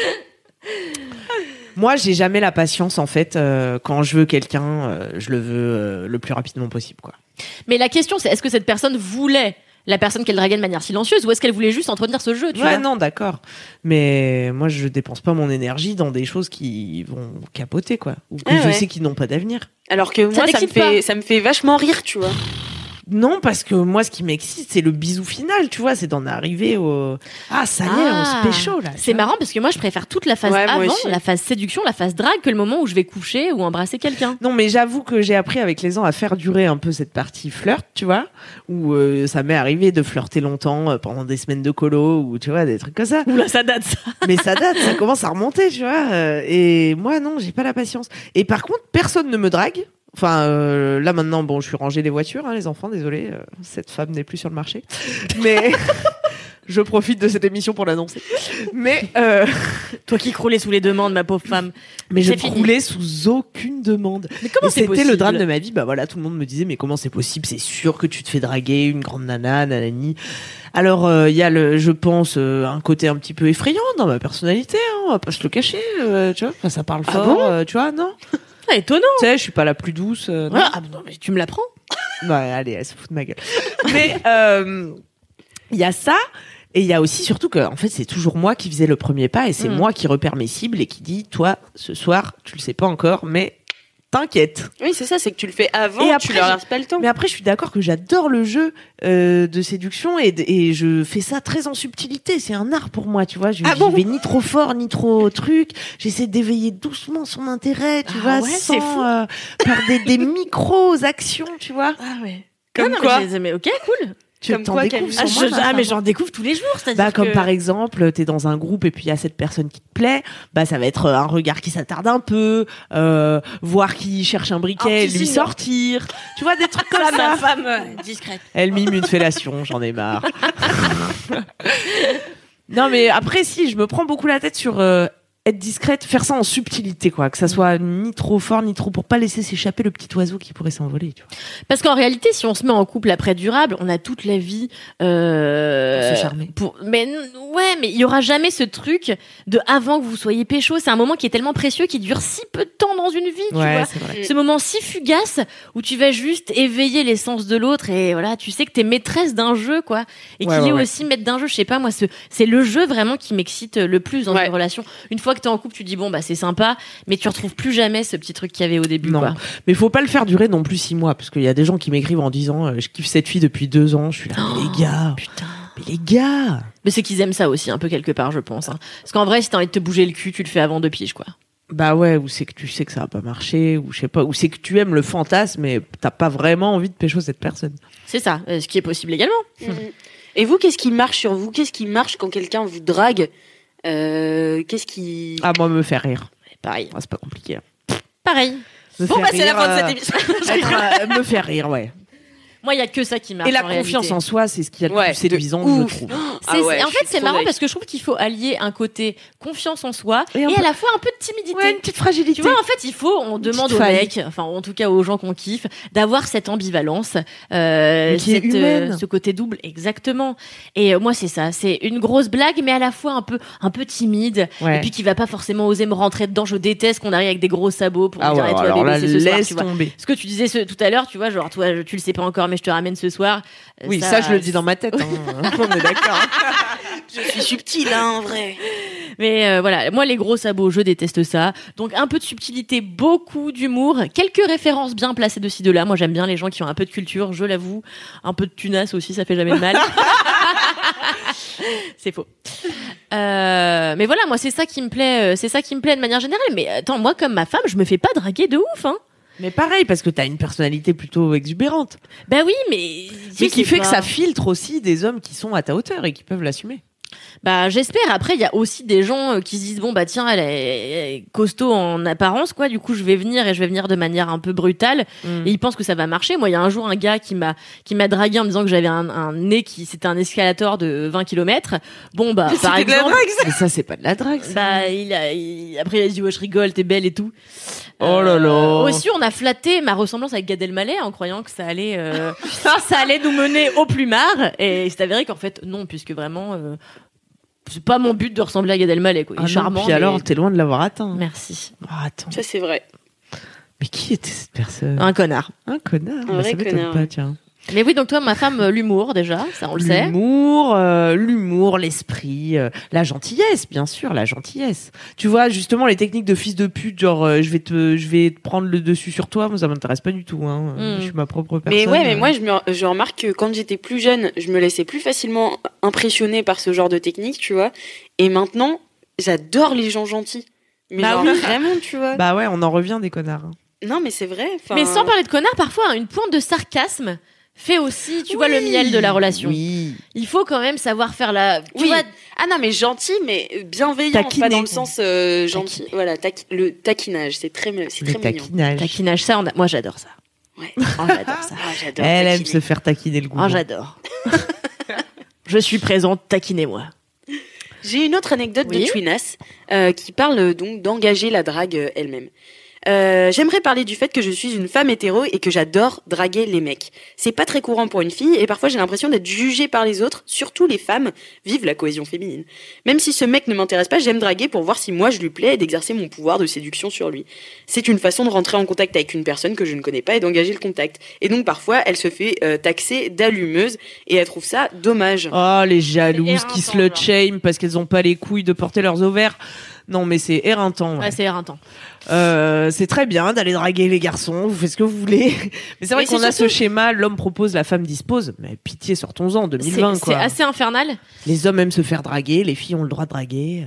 Moi, j'ai jamais la patience en fait. euh, quand je veux quelqu'un, euh, je le veux euh, le plus rapidement possible, quoi. Mais la question, c'est est-ce que cette personne voulait la personne qu'elle draguait de manière silencieuse ou est-ce qu'elle voulait juste entretenir ce jeu tu vois ouais, non, d'accord. Mais moi, je dépense pas mon énergie dans des choses qui vont capoter, quoi. Ou que Ah je ouais. sais qu'ils n'ont pas d'avenir. Alors que moi, ça me t'excite fait, pas. ça me fait vachement rire, tu vois. Non, parce que moi, ce qui m'excite, c'est le bisou final, tu vois. C'est d'en arriver au. Ah, ça y est, on Ah. se pécho, là. tu C'est vois. marrant parce que moi je préfère toute la phase Ouais, moi avant, aussi. la phase séduction, la phase drague que le moment où je vais coucher ou embrasser [laughs] quelqu'un. Non, mais j'avoue que j'ai appris avec les ans à faire durer un peu cette partie flirt, tu vois, où euh, ça m'est arrivé de flirter longtemps euh, pendant des semaines de colo ou tu vois des trucs comme ça. Oula, ça date ça. Mais ça date, ça commence à remonter, tu vois. euh, et moi, non, j'ai pas la patience. Et par contre, personne ne me drague. Enfin, euh, là maintenant, bon, je suis rangée les voitures, hein, les enfants. Désolé, euh, cette femme n'est plus sur le marché. Mais [laughs] je profite de cette émission pour l'annoncer. Mais euh, Toi qui croulais sous les demandes, ma pauvre femme. mais je C'est fini. croulais sous aucune demande. Mais comment Et c'est C'était possible le drame de ma vie. Bah voilà, tout le monde me disait mais comment c'est possible C'est sûr que tu te fais draguer une grande nana, nanani. Alors euh, il y a le, je pense, euh, un côté un petit peu effrayant dans ma personnalité. Hein, on va pas se le cacher, euh, tu vois. Enfin, ça parle fort, euh, tu vois, non Ah, étonnant. Tu sais, je suis pas la plus douce. euh, non. Ouais, ah, non, mais tu me l'apprends. Ouais, allez, elle se fout de ma gueule. Mais euh, il y a ça. Et il y a aussi surtout que, en fait, c'est toujours moi qui faisais le premier pas et c'est Mm. moi qui repère mes cibles et qui dit, toi, ce soir, tu le sais pas encore, mais t'inquiète. Oui, c'est ça, c'est que tu le fais avant, Et tu après, leur laisses pas le temps. Mais après, je suis d'accord que j'adore le jeu euh, de séduction et, d- et je fais ça très en subtilité. C'est un art pour moi, tu vois. Je Ah j'y bon vais ni trop fort, ni trop truc. J'essaie d'éveiller doucement son intérêt, tu Ah vois, ouais, c'est fou. sans, euh, par des, [laughs] des micros actions, tu vois. Ah ouais. Comme non, quoi Mais, je les ai- mais ok, cool. Tu Comme t'en quoi, découvres Camille. sur Ah, moi, je- ma ah, mais femme. hein. j'en découvre tous les jours. c'est-à-dire Bah, comme que- par exemple, t'es dans un groupe et puis il y a cette personne qui te plaît, bah ça va être euh, un regard qui s'attarde un peu, euh, voir qui cherche un briquet, Un petit lui signe. sortir, tu vois [laughs] des trucs comme ça. ma femme euh, discrète. Elle mime une fellation, j'en ai marre. [laughs] non, mais après, si, je me prends beaucoup la tête sur euh, être discrète, faire ça en subtilité, quoi. Mm. Que ça soit ni trop fort, ni trop pour pas laisser s'échapper le petit oiseau qui pourrait s'envoler, tu vois. Parce qu'en réalité, si on se met en couple après durable, on a toute la vie. Euh, Pour se charmer. pour- mais n- ouais, mais il y aura jamais ce truc de avant que vous soyez pécho. C'est un moment qui est tellement précieux, qui dure si peu de temps dans une vie, tu vois. c'est vrai. Ce moment si fugace où tu vas juste éveiller l'essence de l'autre et voilà, tu sais que t'es maîtresse d'un jeu, quoi. Et Ouais, qu'il ouais, est ouais. aussi maître d'un jeu, je sais pas, moi, ce- c'est le jeu vraiment qui m'excite le plus dans Ouais. une relation. Une fois que t'es en couple, tu dis bon, bah, c'est sympa, mais tu retrouves plus jamais ce petit truc qu'il y avait au début, Non, quoi. mais faut pas le faire durer non plus six mois, parce qu'il y a des gens qui m'écrivent en disant euh, je kiffe cette fille depuis deux ans, je suis là, mais les gars, Oh, Putain. mais les gars, Mais c'est qu'ils aiment ça aussi, un peu quelque part, je pense. hein. Parce qu'en vrai, si t'as envie de te bouger le cul, tu le fais avant deux piges, quoi. bah ouais, ou c'est que tu sais que ça va pas marcher, ou je sais pas, ou c'est que tu aimes le fantasme, mais t'as pas vraiment envie de pécho cette personne. C'est ça, euh, ce qui est possible également. Mm. Et vous, qu'est-ce qui marche sur vous Qu'est-ce qui marche quand quelqu'un vous drague Euh, Qu'est-ce qui. Ah, moi, me faire rire, Pareil. Ah, c'est pas compliqué. Pareil. Me bon, faire bah, c'est la rire, fin de cette euh, émission. être, euh, me faire rire, ouais. Moi, il y a que ça qui marche. Et la en confiance réalité. en soi, c'est ce qu'il y a de Ouais, plus de séduisant, je ouf. trouve. C'est- en fait, c'est marrant parce que je trouve qu'il faut allier un côté confiance en soi et, Et un à peu- la fois un peu de timidité. petite fragilité. tu vois, en fait, il faut, on demande aux petite faille. mecs, enfin, en tout cas aux gens qu'on kiffe, d'avoir cette ambivalence, euh, Mais qui est cette, humaine. ce côté double, exactement. Et euh, moi, c'est ça, c'est une grosse blague, mais à la fois un peu, un peu timide, et puis qui va pas forcément oser me rentrer dedans. Je déteste qu'on arrive avec des gros sabots pour me ah ouais, dire, Eh, toi, alors bébé, là, c'est ce soir, laisse tu vois. tomber. Ce que tu disais ce- tout à l'heure, tu vois, genre, toi, je- tu le sais pas encore, mais je te ramène ce soir. Euh, [laughs] Oui, ça, je le dis dans ma tête. hein. On est d'accord. Je suis subtile, hein, en vrai. Mais euh, voilà, moi les gros sabots, je déteste ça. Donc un peu de subtilité, beaucoup d'humour, quelques références bien placées de ci de là. Moi j'aime bien les gens qui ont un peu de culture, je l'avoue. Un peu de tunasse aussi, ça fait jamais de mal. [laughs] c'est faux. Euh, mais voilà, moi c'est ça qui me plaît, euh, c'est ça qui me plaît de manière générale. Mais attends, moi comme ma femme, je me fais pas draguer de ouf, hein. Mais pareil, parce que t'as une personnalité plutôt exubérante. Bah oui, mais Mais je qui sais fait pas. que ça filtre aussi des hommes qui sont à ta hauteur et qui peuvent l'assumer. Bah j'espère. Après, il y a aussi des gens euh, qui se disent bon bah tiens, elle est elle est costaud en apparence quoi. Du coup, je vais venir et je vais venir de manière un peu brutale. Mm. Et ils pensent que ça va marcher. Moi, il y a un jour un gars qui m'a qui m'a dragué en me disant que j'avais un, un nez qui c'était un escalator de 20 km. Bon bah par [laughs] C'était de la exemple, drague, ça. Mais ça, c'est pas de la drague, ça. bah il a il- après il a dit ouais je rigole, t'es belle et tout. Oh là là. Euh, Aussi, on a flatté ma ressemblance avec Gad Elmaleh hein, en croyant que ça allait euh, [laughs] ça allait nous mener au plumard et il s'est avéré qu'en fait non puisque vraiment euh, c'est pas mon but de ressembler à Gad Elmaleh quoi. Il est Ah non, charmant. Puis alors, mais- t'es loin de l'avoir atteint. Merci. Ah, attends. Ça, c'est vrai. Mais qui était cette personne Un connard. Un connard. bah, vrai ça m'étonne connard, pas, ouais. tiens. Mais oui, donc toi, ma femme, euh, l'humour déjà, ça on le sait. L'humour, euh, l'humour, l'esprit, euh, la gentillesse, bien sûr, la gentillesse. Tu vois, justement, les techniques de fils de pute, genre euh, je vais te, je vais te prendre le dessus sur toi, moi ça m'intéresse pas du tout. Hein. Euh, Mm. Je suis ma propre personne. Mais ouais, mais euh. moi, je, me- je remarque que quand j'étais plus jeune, je me laissais plus facilement impressionner par ce genre de technique, tu vois. Et maintenant, j'adore les gens gentils. Mais Bah genre, oui. vraiment, tu vois. Bah ouais, on en revient des connards. hein. Non, mais c'est vrai. enfin- Mais sans parler de connard, parfois hein, une pointe de sarcasme fait aussi, tu vois, le miel de la relation. Oui. Il faut quand même savoir faire la. Tu Oui. vois, Ah non, mais gentil, mais bienveillant, Taquiner. pas dans le sens euh, gentil. Voilà, taqui- le taquinage, c'est très, mi- c'est Le très mignon. taquinage. taquinage, ça, on a- moi j'adore ça. Ouais. Oh, j'adore ça. Ah, j'adore. [laughs] Elle aime taquiner. se faire taquiner le goût. [laughs] Oh, j'adore. Je suis présente, taquinez-moi. J'ai une autre anecdote Oui. de Twinas euh, qui parle euh, donc d'engager la drague euh, elle-même. Euh, J'aimerais parler du fait que je suis une femme hétéro et que j'adore draguer les mecs. C'est pas très courant pour une fille et parfois j'ai l'impression d'être jugée par les autres, surtout les femmes. Vive la cohésion féminine. Même si ce mec ne m'intéresse pas, j'aime draguer pour voir si moi je lui plais et d'exercer mon pouvoir de séduction sur lui. C'est une façon de rentrer en contact avec une personne que je ne connais pas et d'engager le contact. Et donc parfois elle se fait euh, taxer d'allumeuse et elle trouve ça dommage. Oh, les jalouses éreintant, qui se le genre. shame parce qu'elles ont pas les couilles de porter leurs ovaires. Non, mais c'est éreintant. ouais. Ouais, c'est éreintant. Euh, c'est très bien d'aller draguer les garçons, vous faites ce que vous voulez. [laughs] Mais c'est vrai Mais qu'on c'est a ce surtout- schéma, l'homme propose, la femme dispose. Mais pitié, sortons-en, C'est 2020, c'est quoi. assez infernal. Les hommes aiment se faire draguer, les filles ont le droit de draguer.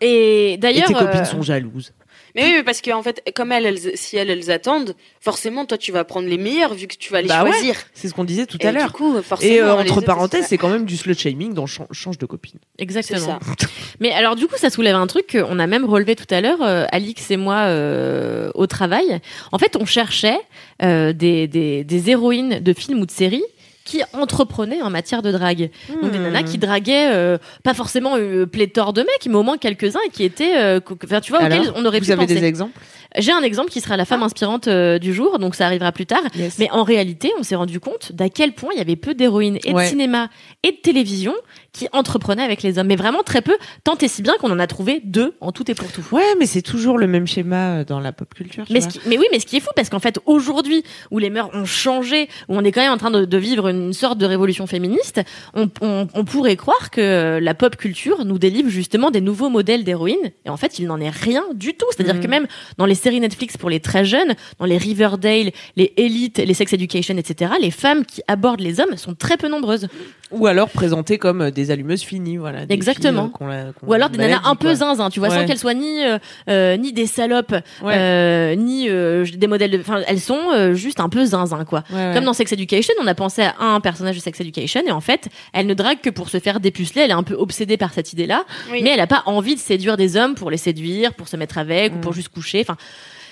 Et Et d'ailleurs. tes copines euh, sont jalouses. Mais oui, mais parce qu'en fait, comme elles, elles- si elles, elles attendent, forcément, toi, tu vas prendre les meilleures vu que tu vas les Bah ouais, choisir. C'est ce qu'on disait tout Et à Du l'heure. coup, forcément. Et euh, les entre autres, parenthèses, c'est c'est quand même du slut shaming dans Ch- change de copine. Exactement. ça. [laughs] Mais alors du coup, ça soulève un truc qu'on a même relevé tout à l'heure, euh, Alix et moi, euh, au travail. En fait, on cherchait euh, des, des, des héroïnes de films ou de séries qui entreprenaient Mmh. en matière de drague. Donc des nanas Hmm. qui draguaient euh, pas forcément euh, pléthore de mecs, mais au moins quelques-uns et qui étaient, euh, co- enfin, tu vois, Alors, auxquels on aurait Vous pu avez penser. des exemples J'ai un exemple qui sera la femme inspirante euh, du jour, donc ça arrivera plus tard. Mais Mais en réalité, on s'est rendu compte d'à quel point il y avait peu d'héroïnes et Ouais. de cinéma et de télévision qui entreprenaient avec les hommes. Mais vraiment très peu, tant et si bien qu'on en a trouvé deux en tout et pour tout. Ouais, mais c'est toujours le même schéma euh, dans la pop culture. tu Mais, ce vois. qui- mais oui, mais ce qui est fou, parce qu'en fait, aujourd'hui, où les mœurs ont changé, où on est quand même en train de, de vivre une sorte de révolution féministe, on, on- on pourrait croire que la pop culture nous délivre justement des nouveaux modèles d'héroïnes. Et en fait, il n'en est rien du tout. C'est-à-dire Mhm. que même dans les séries Netflix pour les très jeunes, dans les Riverdale, les Elite, les Sex Education, etc., les femmes qui abordent les hommes sont très peu nombreuses. Ou alors présentées comme euh, des allumeuses finies, voilà. des Exactement. filles, euh, qu'on la- qu'on Ou alors des maladie, nanas un peu quoi. zinzin, tu vois, Ouais. sans qu'elles soient ni, euh, euh, ni des salopes, Ouais. euh, ni euh, des modèles de... Enfin, elles sont euh, juste un peu zinzin, quoi. Ouais, ouais. Comme dans Sex Education, on a pensé à un personnage de Sex Education et en fait, elle ne drague que pour se faire dépuceler. Elle est un peu obsédée par cette idée-là, Oui. mais elle n'a pas envie de séduire des hommes pour les séduire, pour se mettre avec ou pour juste coucher. Enfin,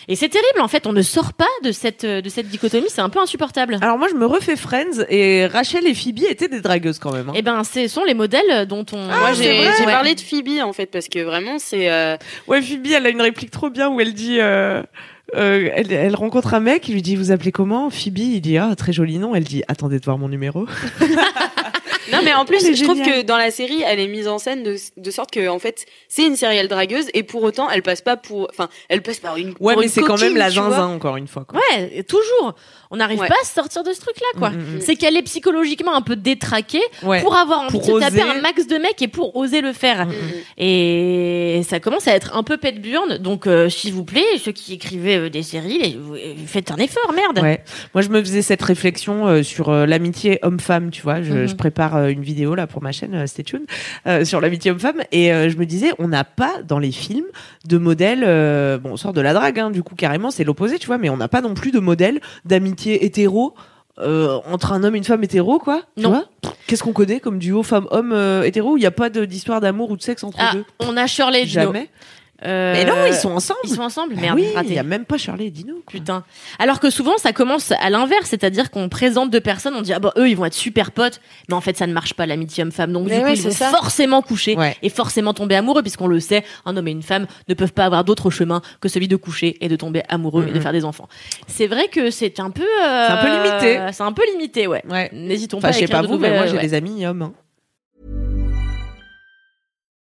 et c'est terrible en fait. On ne sort pas de cette euh, de cette dichotomie. C'est un peu insupportable. Alors moi je me refais Friends et Rachel et Phoebe étaient des dragueuses quand même. hein. Eh ben, ce sont les modèles dont on. Ah, Moi, j'ai Ouais. j'ai parlé de Phoebe, en fait, parce que vraiment, c'est. [laughs] euh, Ouais Phoebe elle a une réplique trop bien où elle dit euh, euh, elle, elle rencontre un mec il lui dit vous appelez comment Phoebe il dit ah très joli nom elle dit attendez de voir mon numéro. Non, mais en plus, Elle est je trouve géniale. que dans la série, elle est mise en scène de, de sorte que, en fait, c'est une série dragueuse et pour autant, elle passe pas pour. Enfin, elle passe par une. Ouais pour mais une c'est quand même coquine, la tu vois. zinzin encore une fois. Quoi. Ouais, et toujours. On n'arrive Ouais. pas à se sortir de ce truc-là, quoi. Mm, mm, mm. C'est qu'elle est psychologiquement un peu détraquée Ouais. pour avoir envie Pour de se taper oser. un max de mecs et pour oser le faire. Mm, Mm, mm. Et ça commence à être un peu pète burne. Donc, euh, s'il vous plaît, ceux qui écrivaient euh, des séries, les- vous- euh, faites un effort, merde. Ouais. Moi, je me faisais cette réflexion euh, sur euh, l'amitié homme-femme, tu vois. Je, Mhm. je prépare euh, une vidéo là pour ma chaîne, euh, stay tuned, euh, sur l'amitié homme-femme. Et euh, je me disais, on n'a pas dans les films de modèle, euh, bon, on sort de la drague, hein, du coup, carrément, c'est l'opposé, tu vois, mais on n'a pas non plus de modèle d'amitié hétéro. euh, entre un homme et une femme hétéro, quoi. tu Non. vois Qu'est-ce qu'on connaît comme duo femme-homme euh, hétéro où il n'y a pas de- d'histoire d'amour ou de sexe entre Ah, deux on a Shirley et Dino. Mmh. Jamais. Euh, Mais non, ils sont ensemble. Ils sont ensemble Bah Merde, oui, il raté. n'y a même pas Charlie et Dino. quoi. Putain. Alors que souvent, ça commence à l'inverse, c'est-à-dire qu'on présente deux personnes, on dit ah bah eux ils vont être super potes, mais en fait ça ne marche pas l'amitié homme-femme, donc Mais du coup ouais, ils c'est vont ça. forcément coucher Ouais. et forcément tomber amoureux puisqu'on le sait, un homme et une femme ne peuvent pas avoir d'autre chemin que celui de coucher et de tomber amoureux et de Mhm. faire des enfants. C'est vrai que c'est un peu, euh, C'est un peu limité. c'est un peu limité, ouais. Ouais. N'hésitons Enfin, pas. je à sais écrire pas de vous, mais moi nouvelles- j'ai ouais. des amis hommes. hein.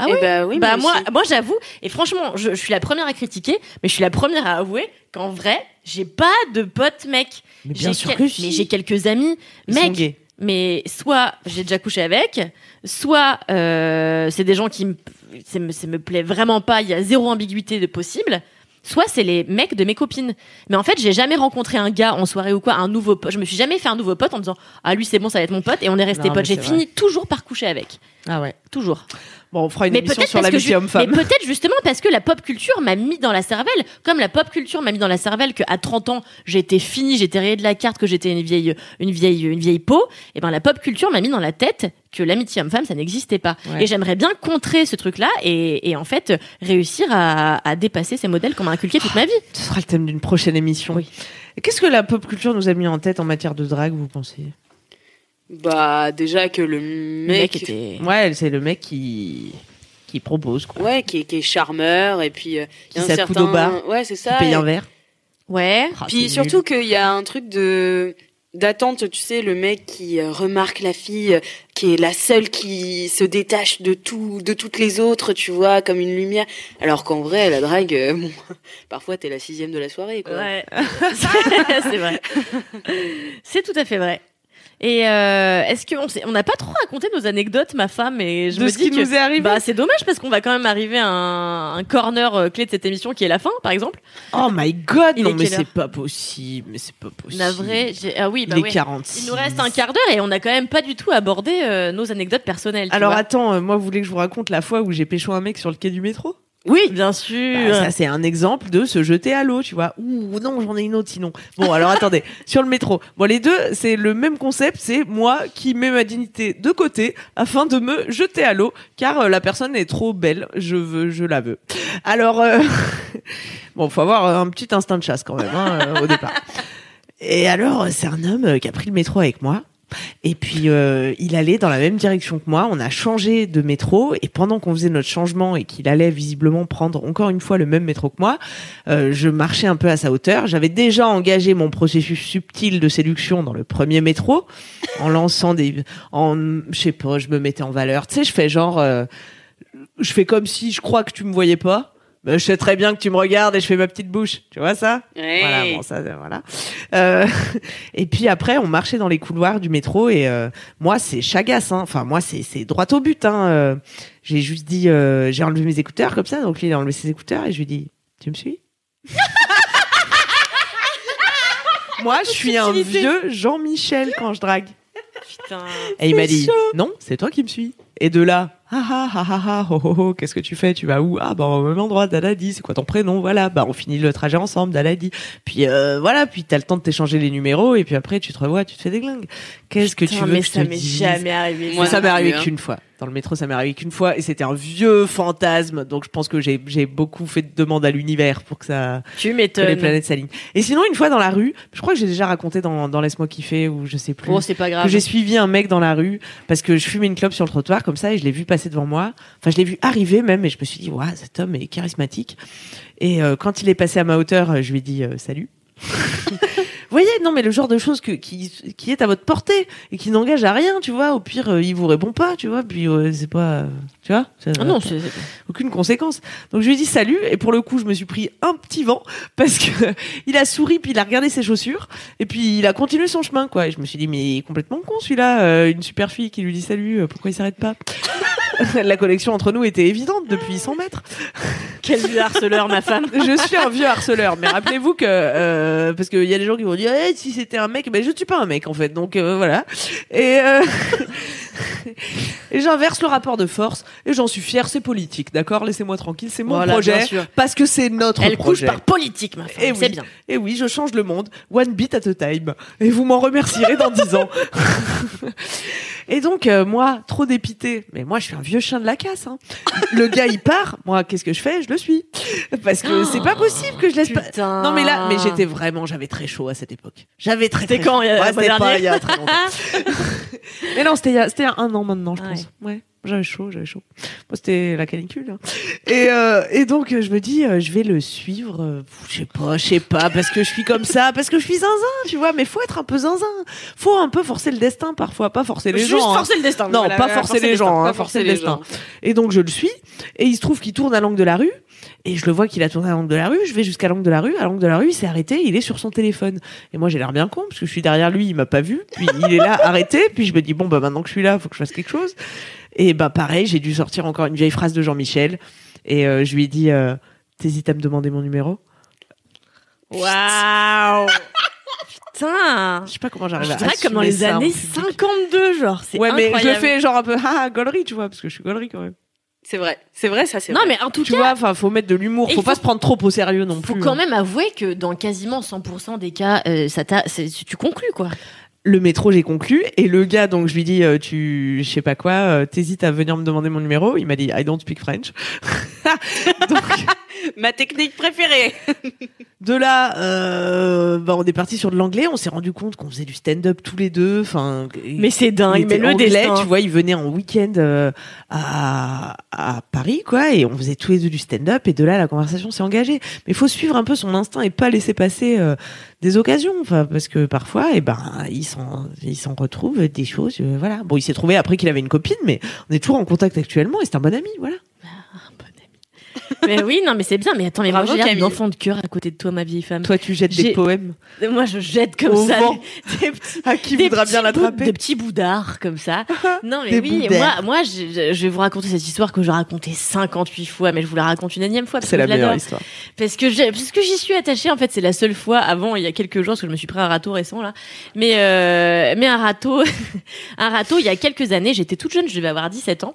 Ah Eh oui bah oui, bah moi moi, aussi. moi j'avoue, et franchement, je, je suis la première à critiquer, mais je suis la première à avouer qu'en vrai, j'ai pas de potes mec. Mais bien J'ai sûr quel- que si. Mais j'ai quelques amis Ils sont mec. gays. Mais soit j'ai déjà couché avec, soit euh, c'est des gens qui me, ça me, ça me plaît vraiment pas, il y a zéro ambiguïté de possible. Soit c'est les mecs de mes copines. Mais en fait, j'ai jamais rencontré un gars en soirée ou quoi, un nouveau pote. Je me suis jamais fait un nouveau pote en disant Ah, lui, c'est bon, ça va être mon pote. Et on est resté Non, pote. mais J'ai c'est fini toujours par coucher avec. Ah ouais. Toujours Bon, on fera une émission peut-être sur parce que l'amitié ju- homme-femme. mais peut-être justement parce que la pop culture m'a mis dans la cervelle, comme la pop culture m'a mis dans la cervelle que à 30 ans j'étais finie, j'étais rayée de la carte, que j'étais une vieille, une vieille, une vieille peau. Et ben la pop culture m'a mis dans la tête que l'amitié homme-femme ça n'existait pas. Ouais. Et j'aimerais bien contrer ce truc-là et, et en fait réussir à, à dépasser ces modèles qu'on m'a inculqués toute ma vie. Ce sera le thème d'une prochaine émission. Oui. Et Qu'est-ce que la pop culture nous a mis en tête en matière de drague, vous pensez Bah, déjà que le mec. était. Ouais, c'est le mec qui qui propose quoi. Ouais, qui est, qui est charmeur, et puis. euh, il Qui y a un s'accoude au bar, Ouais, c'est Qui ça. paye et- un verre. Ouais. Ah, Puis c'est surtout qu'il y a un truc de d'attente, tu sais, le mec qui euh, remarque la fille euh, qui est la seule qui se détache de tout, de toutes les autres, tu vois, comme une lumière. Alors qu'en vrai, la drague, euh, [laughs] bon, parfois t'es la sixième de la soirée, quoi. Ouais, [laughs] c'est vrai. C'est tout à fait vrai. Et euh, est-ce qu'on s'est- on n'a pas trop raconté nos anecdotes, ma femme Et je de me ce qui dis que nous est arrivé. bah, c'est dommage parce qu'on va quand même arriver à un, un corner euh, clé de cette émission qui est la fin, par exemple. oh my god, Il non est mais quelle c'est heure pas possible, mais c'est pas possible. Navré, j'ai- ah oui, Il bah est ouais. 46. Il nous reste un quart d'heure et on n'a quand même pas du tout abordé euh, nos anecdotes personnelles. tu Alors vois. attends, euh, moi vous voulez que je vous raconte la fois où j'ai pécho un mec sur le quai du métro oui, bien sûr. Bah, ça, c'est un exemple de se jeter à l'eau, tu vois. Ouh, non, j'en ai une autre sinon. Bon, alors attendez, [laughs] sur le métro. Bon, les deux, c'est le même concept, c'est moi qui mets ma dignité de côté afin de me jeter à l'eau, car euh, la personne est trop belle, je veux, je la veux. Alors, euh, [laughs] bon, faut avoir euh, un petit instinct de chasse quand même, hein, euh, au départ. Et alors, euh, c'est un homme euh, qui a pris le métro avec moi. Et puis euh, il allait dans la même direction que moi. On a changé de métro et pendant qu'on faisait notre changement et qu'il allait visiblement prendre encore une fois le même métro que moi, euh, je marchais un peu à sa hauteur. J'avais déjà engagé mon processus subtil de séduction dans le premier métro en lançant des, en je sais pas, je me mettais en valeur. Tu sais, je fais genre, euh, je fais comme si je crois que tu me voyais pas. mais je sais très bien que tu me regardes et je fais ma petite bouche. Tu vois ça Ouais. voilà, bon, ça, euh, voilà. Euh, [laughs] et puis après, on marchait dans les couloirs du métro et euh, moi, c'est chagasse. Hein. Enfin, moi, c'est c'est droit au but. Hein. Euh, j'ai juste dit, euh, j'ai enlevé mes écouteurs comme ça. Donc lui, il a enlevé ses écouteurs et je lui dis, tu me suis Moi, je suis un Subtilité. vieux Jean-Michel quand je drague. Putain. Et il m'a C'est dit chaud. non, c'est toi qui me suis. Et de là, ah ah ah ah ah, oh, oh, oh, qu'est-ce que tu fais Tu vas où Ah bah au même endroit, Daladi. C'est quoi ton prénom Voilà, bah on finit le trajet ensemble, Daladi. Puis euh, voilà, puis t'as le temps de t'échanger les numéros et puis après tu te revois, tu te fais des glingues. Qu'est-ce que tu Putain, veux mais que je ça te m'est dise jamais arrivé. Moi, ça m'est arrivé hein. qu'une fois. Dans le métro, ça m'est arrivé qu'une fois et c'était un vieux fantasme. Donc je pense que j'ai j'ai beaucoup fait de demandes à l'univers pour que ça que tu les m'étonnes. planètes s'alignent. Et sinon une fois dans la rue, je crois que j'ai déjà raconté dans dans laisse-moi kiffer ou je sais plus Bon, Oh, c'est pas grave. que j'ai suivi un mec dans la rue parce que je fumais une clope sur le trottoir comme ça et je l'ai vu passer devant moi. Enfin, je l'ai vu arriver même et je me suis dit, waouh, cet homme [laughs] est charismatique. Et euh, quand il est passé à ma hauteur, euh, je lui ai dit euh, salut. voyez, non, mais le genre de choses que, qui, qui est à votre portée et qui n'engage à rien, tu vois. Au pire, euh, il vous répond pas, tu vois. Puis euh, c'est pas, euh, tu vois, ça Ah n'a non, c'est- aucune conséquence. Donc je lui ai dit salut et pour le coup, je me suis pris un petit vent [laughs] parce que il a souri puis il a regardé ses chaussures et puis il a continué son chemin, quoi. Et je me suis dit mais il est complètement con celui-là, euh, une super fille qui lui dit salut, euh, pourquoi il s'arrête pas [laughs] La connexion entre nous était évidente depuis 100 mètres. quel vieux harceleur, ma femme. Je suis un vieux harceleur, mais rappelez-vous que euh, parce qu'il y a des gens qui vont dire Eh, si c'était un mec, ben je ne suis pas un mec en fait, donc euh, voilà. Et, euh, [laughs] et j'inverse le rapport de force et j'en suis fière, c'est politique, d'accord Laissez-moi tranquille, c'est mon Voilà, projet bien sûr. parce que c'est notre Elle couche projet. par politique, ma femme. Eh C'est oui. bien. Et oui, je change le monde, one beat at a time. Et vous m'en remercierez dans dix ans. [laughs] Et donc, euh, moi, trop dépité. Mais moi, je suis un vieux chien de la casse. hein. Le gars, il part. Moi, qu'est-ce que je fais Je le suis. Parce que c'est pas possible que je laisse pas... Putain. Non, mais là, mais j'étais vraiment... J'avais très chaud à cette époque. J'avais très, C'était très quand, chaud. euh, il y a- Ouais, le C'était euh, mois pas dernier il y a très longtemps. Ah, mais non, c'était il y a- c'était il y a un an maintenant, je Ouais. pense. Ouais. J'avais chaud, j'avais chaud. Moi, c'était la canicule. hein. Et, euh, et donc, euh, je me dis, euh, je vais le suivre. euh, je sais pas, je sais pas, parce que je suis comme ça, parce que je suis zinzin, tu vois. Mais faut être un peu zinzin. Faut un peu forcer le destin parfois, pas forcer les Juste gens. hein. forcer le destin. Non, voilà, pas voilà, forcer les le destin, gens, pas hein, forcer le destin. Et donc je le suis, et il se trouve qu'il tourne à l'angle de la rue, et je le vois qu'il a tourné à l'angle de la rue, je vais jusqu'à l'angle de la rue, à l'angle de la rue, il s'est arrêté, il est sur son téléphone. Et moi j'ai l'air bien con, parce que je suis derrière lui, il m'a pas vu, puis il est là, [laughs] arrêté, puis je me dis, bon bah maintenant que je suis là, faut que je fasse quelque chose. Et bah pareil, j'ai dû sortir encore une vieille phrase de Jean-Michel, et euh, je lui ai dit, euh, t'hésites à me demander mon numéro Waouh. Putain. Je sais pas comment Je j'arrive à dirais Ah, comme dans assumer les ça en années public. 52, genre. C'est Ouais, mais incroyable. je le fais genre un peu, ah, gaulerie, tu vois, parce que je suis gaulerie quand même. C'est vrai, c'est vrai, ça c'est Non, vrai. mais en tout Tu cas, vois, enfin, faut mettre de l'humour, Et faut il pas faut- se prendre trop au sérieux non faut plus. quand hein. même avouer que dans quasiment 100% des cas, euh, ça t'a, c'est- tu conclus, quoi. le métro, j'ai conclu. Et le gars, donc, je lui dis, euh, tu, je sais pas quoi, euh, t'hésites à venir me demander mon numéro. Il m'a dit, I don't speak French. [laughs] Ma technique préférée. De là, euh, bah, on est parti sur de l'anglais. On s'est rendu compte qu'on faisait du stand-up tous les deux. Enfin, Mais c'est dingue, Hein, il mais était le anglais, destin. tu vois, il venait en week-end euh, à, à Paris, quoi, et on faisait tous les deux du stand-up, et de là, la conversation s'est engagée. Mais il faut suivre un peu son instinct et pas laisser passer euh, des occasions, enfin, parce que parfois, eh ben, il s'en, il s'en retrouve des choses, euh, voilà. Bon, il s'est trouvé après qu'il avait une copine, mais on est toujours en contact actuellement, et c'est un bon ami, voilà. [laughs] mais oui, non, mais c'est bien. Mais attends, mais Bravo, moi, j'ai l'air Camille. d'un enfant de cœur à côté de toi, ma vieille femme. Toi, tu jettes Mm. J'ai- des poèmes Et Moi, je jette comme au ça vent. des, des petits, [laughs] À qui des voudra petits bien bouts- l'attraper Ah, des petits bouts d'art comme [laughs] ça. Non, mais Des bouts oui, d'air. moi, moi je, je- je vais vous raconter cette histoire que j'ai racontée 58 fois, mais je vous la raconte une énième fois parce C'est que la je l'adore. meilleure histoire. Parce que j'ai- parce que j'y suis attachée en fait, c'est la seule fois avant il y a quelques jours parce que je me suis pris un râteau récent là. Mais euh, mais un râteau [laughs] un râteau il y a quelques années, j'étais toute jeune, je devais avoir 17 ans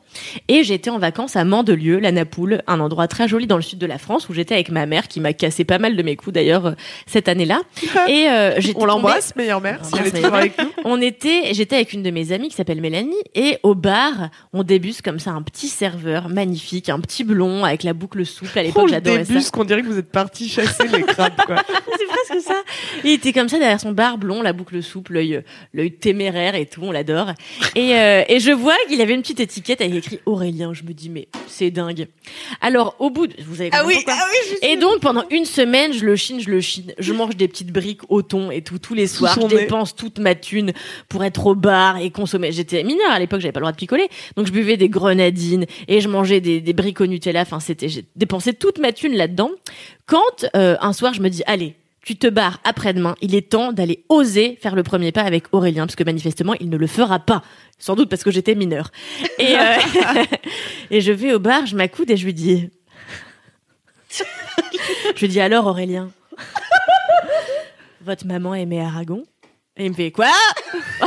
et j'étais en vacances à Mandelieu, la Napoule, un endroit très joli dans le sud de la France où j'étais avec ma mère qui m'a cassé pas mal de mes coups d'ailleurs euh, cette année-là et euh, Ah, j'étais On tombée- l'embrasse, meilleure mère, On si elle est l'embrasse, toujours avec nous. on était, j'étais avec une de mes amies qui s'appelle Mélanie, et au bar, on débuse comme ça un petit serveur magnifique, un petit blond avec la boucle souple. À Oh, l'époque, le j'adorais ça. début, ce qu'on dirait que vous êtes parti chasser les crabes, quoi. C'est presque ça. Il était comme ça derrière son bar blond, la boucle souple, l'œil, l'œil téméraire et tout, on l'adore. Et, euh, et je vois qu'il avait une petite étiquette avec écrit Aurélien. Je me dis mais c'est dingue. Alors au bout, de, vous avez compris pourquoi Ah oui, et donc pendant une semaine, je le chine, je le chine, je mange des petites briques au thon et tout tous les soirs, son je nez. dépense toute ma thune pour être au bar et consommer. J'étais mineure à l'époque, j'avais pas le droit de picoler, donc je buvais des grenadines et je mangeais des, des briques au Nutella. Enfin, c'était, j'ai dépensé toute ma thune là-dedans. Quand euh, un soir, je me dis, allez. Tu te barres après-demain. Il est temps d'aller oser faire le premier pas avec Aurélien, parce que manifestement, il ne le fera pas. Sans doute parce que j'étais mineure. Et, euh, [laughs] et je vais au bar, je m'accoude et je lui dis, [laughs] je lui dis alors Aurélien, votre maman aimait Aragon Et il me fait quoi [laughs]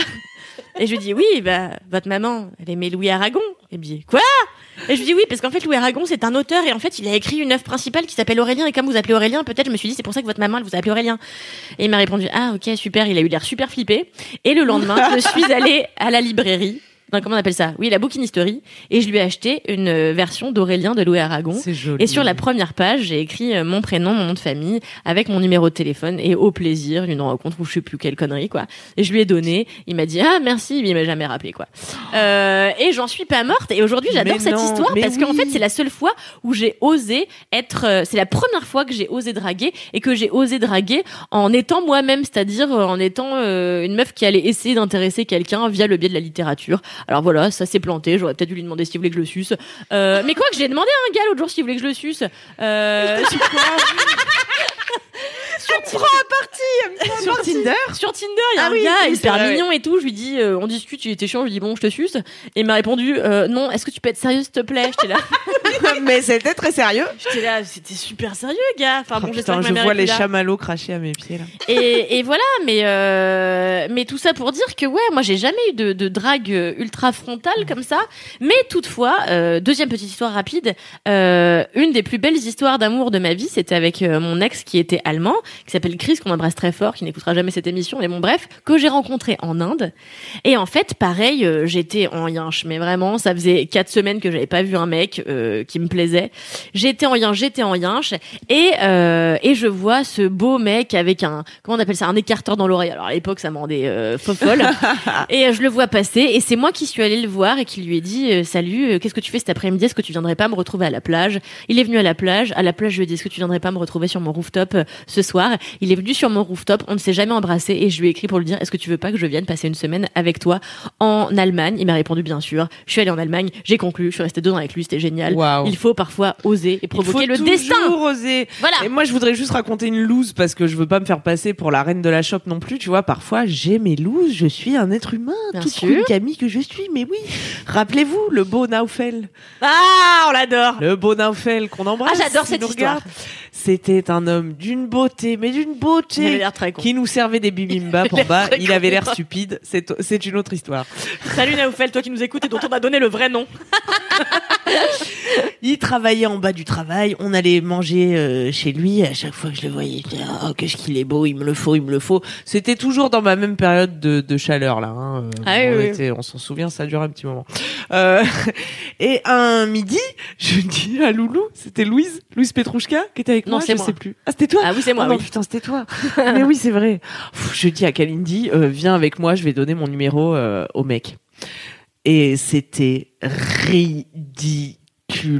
Et je lui dis oui, bah votre maman, elle aimait Louis Aragon. Et il me dit quoi Et je lui dis oui parce qu'en fait Louis Aragon c'est un auteur et en fait il a écrit une œuvre principale qui s'appelle Aurélien et comme vous appelez Aurélien, peut-être je me suis dit c'est pour ça que votre maman elle vous appelait Aurélien. Et il m'a répondu ah ok super, il a eu l'air super flippé. Et le lendemain je suis allée à la librairie non, comment on appelle ça Oui, la bouquinisterie. Et je lui ai acheté une euh, version d'Aurélien de Louis Aragon. C'est joli. Et sur la première page, j'ai écrit euh, mon prénom, mon nom de famille, avec mon numéro de téléphone et au plaisir d'une rencontre ou je sais plus quelle connerie quoi. Et je lui ai donné. Il m'a dit ah merci, mais il m'a jamais rappelé quoi. Euh, et j'en suis pas morte. Et aujourd'hui, j'adore Mais cette non, histoire mais parce qu'en oui. fait, c'est la seule fois où j'ai osé être. euh, c'est la première fois que j'ai osé draguer et que j'ai osé draguer en étant moi-même, c'est-à-dire euh, en étant euh, une meuf qui allait essayer d'intéresser quelqu'un via le biais de la littérature. Alors voilà, ça s'est planté. J'aurais peut-être dû lui demander s'il voulait que je le suce. Euh, mais quoi que j'ai demandé à un gars l'autre jour s'il voulait que je le suce. [laughs] Euh, sur sur Tinder. [laughs] sur Tinder, il y a Ah un oui, gars oui, c'est hyper vrai, mignon et tout. Je lui dis, euh, on discute, il était chiant. Je lui dis, bon, je te suce. Et il m'a répondu, euh, non, est-ce que tu peux être sérieux s'il te plaît J'étais là, [laughs] Mais c'était très sérieux. j'étais là, c'était super sérieux, gars. Enfin bon, Oh, j'espère putain, que ma je mère vois est plus les là. chamallows cracher à mes pieds là. et, et voilà, mais euh, mais tout ça pour dire que ouais, moi j'ai jamais eu de, de drague euh, ultra frontale comme ça. Mais toutefois, euh, deuxième petite histoire rapide, euh, une des plus belles histoires d'amour de ma vie, c'était avec euh, mon ex qui était allemand, qui s'appelle Chris, qu'on embrasse très fort, qui n'écoutera jamais cette émission, mais bon bref, que j'ai rencontré en Inde. Et en fait, pareil, euh, j'étais en yinche, mais vraiment, ça faisait quatre semaines que j'avais pas vu un mec euh, qui me plaisait. J'étais en yinche, j'étais en yinche, et, euh, et je vois ce beau mec avec un, comment on appelle ça, un écarteur dans l'oreille. Alors à l'époque, ça m'en rendait euh, fofolle. et euh, je le vois passer, et c'est moi qui suis allée le voir et qui lui ai dit euh, Salut, euh, qu'est-ce que tu fais cet après-midi Est-ce que tu viendrais pas me retrouver à la plage Il est venu à la plage. À la plage, je lui ai dit Est-ce que tu viendrais pas me retrouver sur mon rooftop euh, ce soir Il est venu sur mon rooftop, on ne s'est jamais embrassé, et je lui ai écrit pour lui dire Est-ce que tu veux pas que je vienne passer une semaine avec toi en Allemagne Il m'a répondu Bien sûr. Je suis allée en Allemagne, j'ai conclu, je suis restée deux ans avec lui, c'était génial. Waouh. Ah Il faut parfois oser et provoquer Il faut le toujours destin. Ah. oser. Voilà. Et moi, je voudrais juste raconter une loose parce que je veux pas me faire passer pour la reine de la chope non plus. Tu vois, parfois, j'ai mes looses. Je suis un être humain, Bien toute sûr. cool, Camille que je suis. Mais oui. Rappelez-vous le beau Naufel, Ah, on l'adore. le beau Naufel qu'on embrasse. Ah, j'adore qui cette nous histoire. regarde. C'était un homme d'une beauté, mais d'une Il avait beauté. l'air très con. Qui nous servait des bibimbap en bas. très Il avait l'air con. stupide. C'est c'est une autre histoire. Salut Naoufel, toi qui nous écoutes et dont on a donné le vrai nom. Il travaillait en bas du travail, on allait manger euh, chez lui, à chaque fois que je le voyais, je disais, oh, qu'est-ce qu'il est beau, il me le faut, il me le faut. C'était toujours dans ma même période de, de chaleur, là. hein. Euh, Ah oui, on oui. était- on s'en souvient, ça dure un petit moment. Euh, [laughs] et un midi, je dis à Loulou, c'était Louise, Louise Petrouchka, qui était avec Non, moi, c'est je moi. sais plus. Ah, c'était toi Ah oui, c'est moi, Oh non, oui. putain, c'était [laughs] toi. Mais oui, c'est vrai. Pff, Je dis à Kalindi, euh, viens avec moi, je vais donner mon numéro euh, au mec. Et c'était ridicule.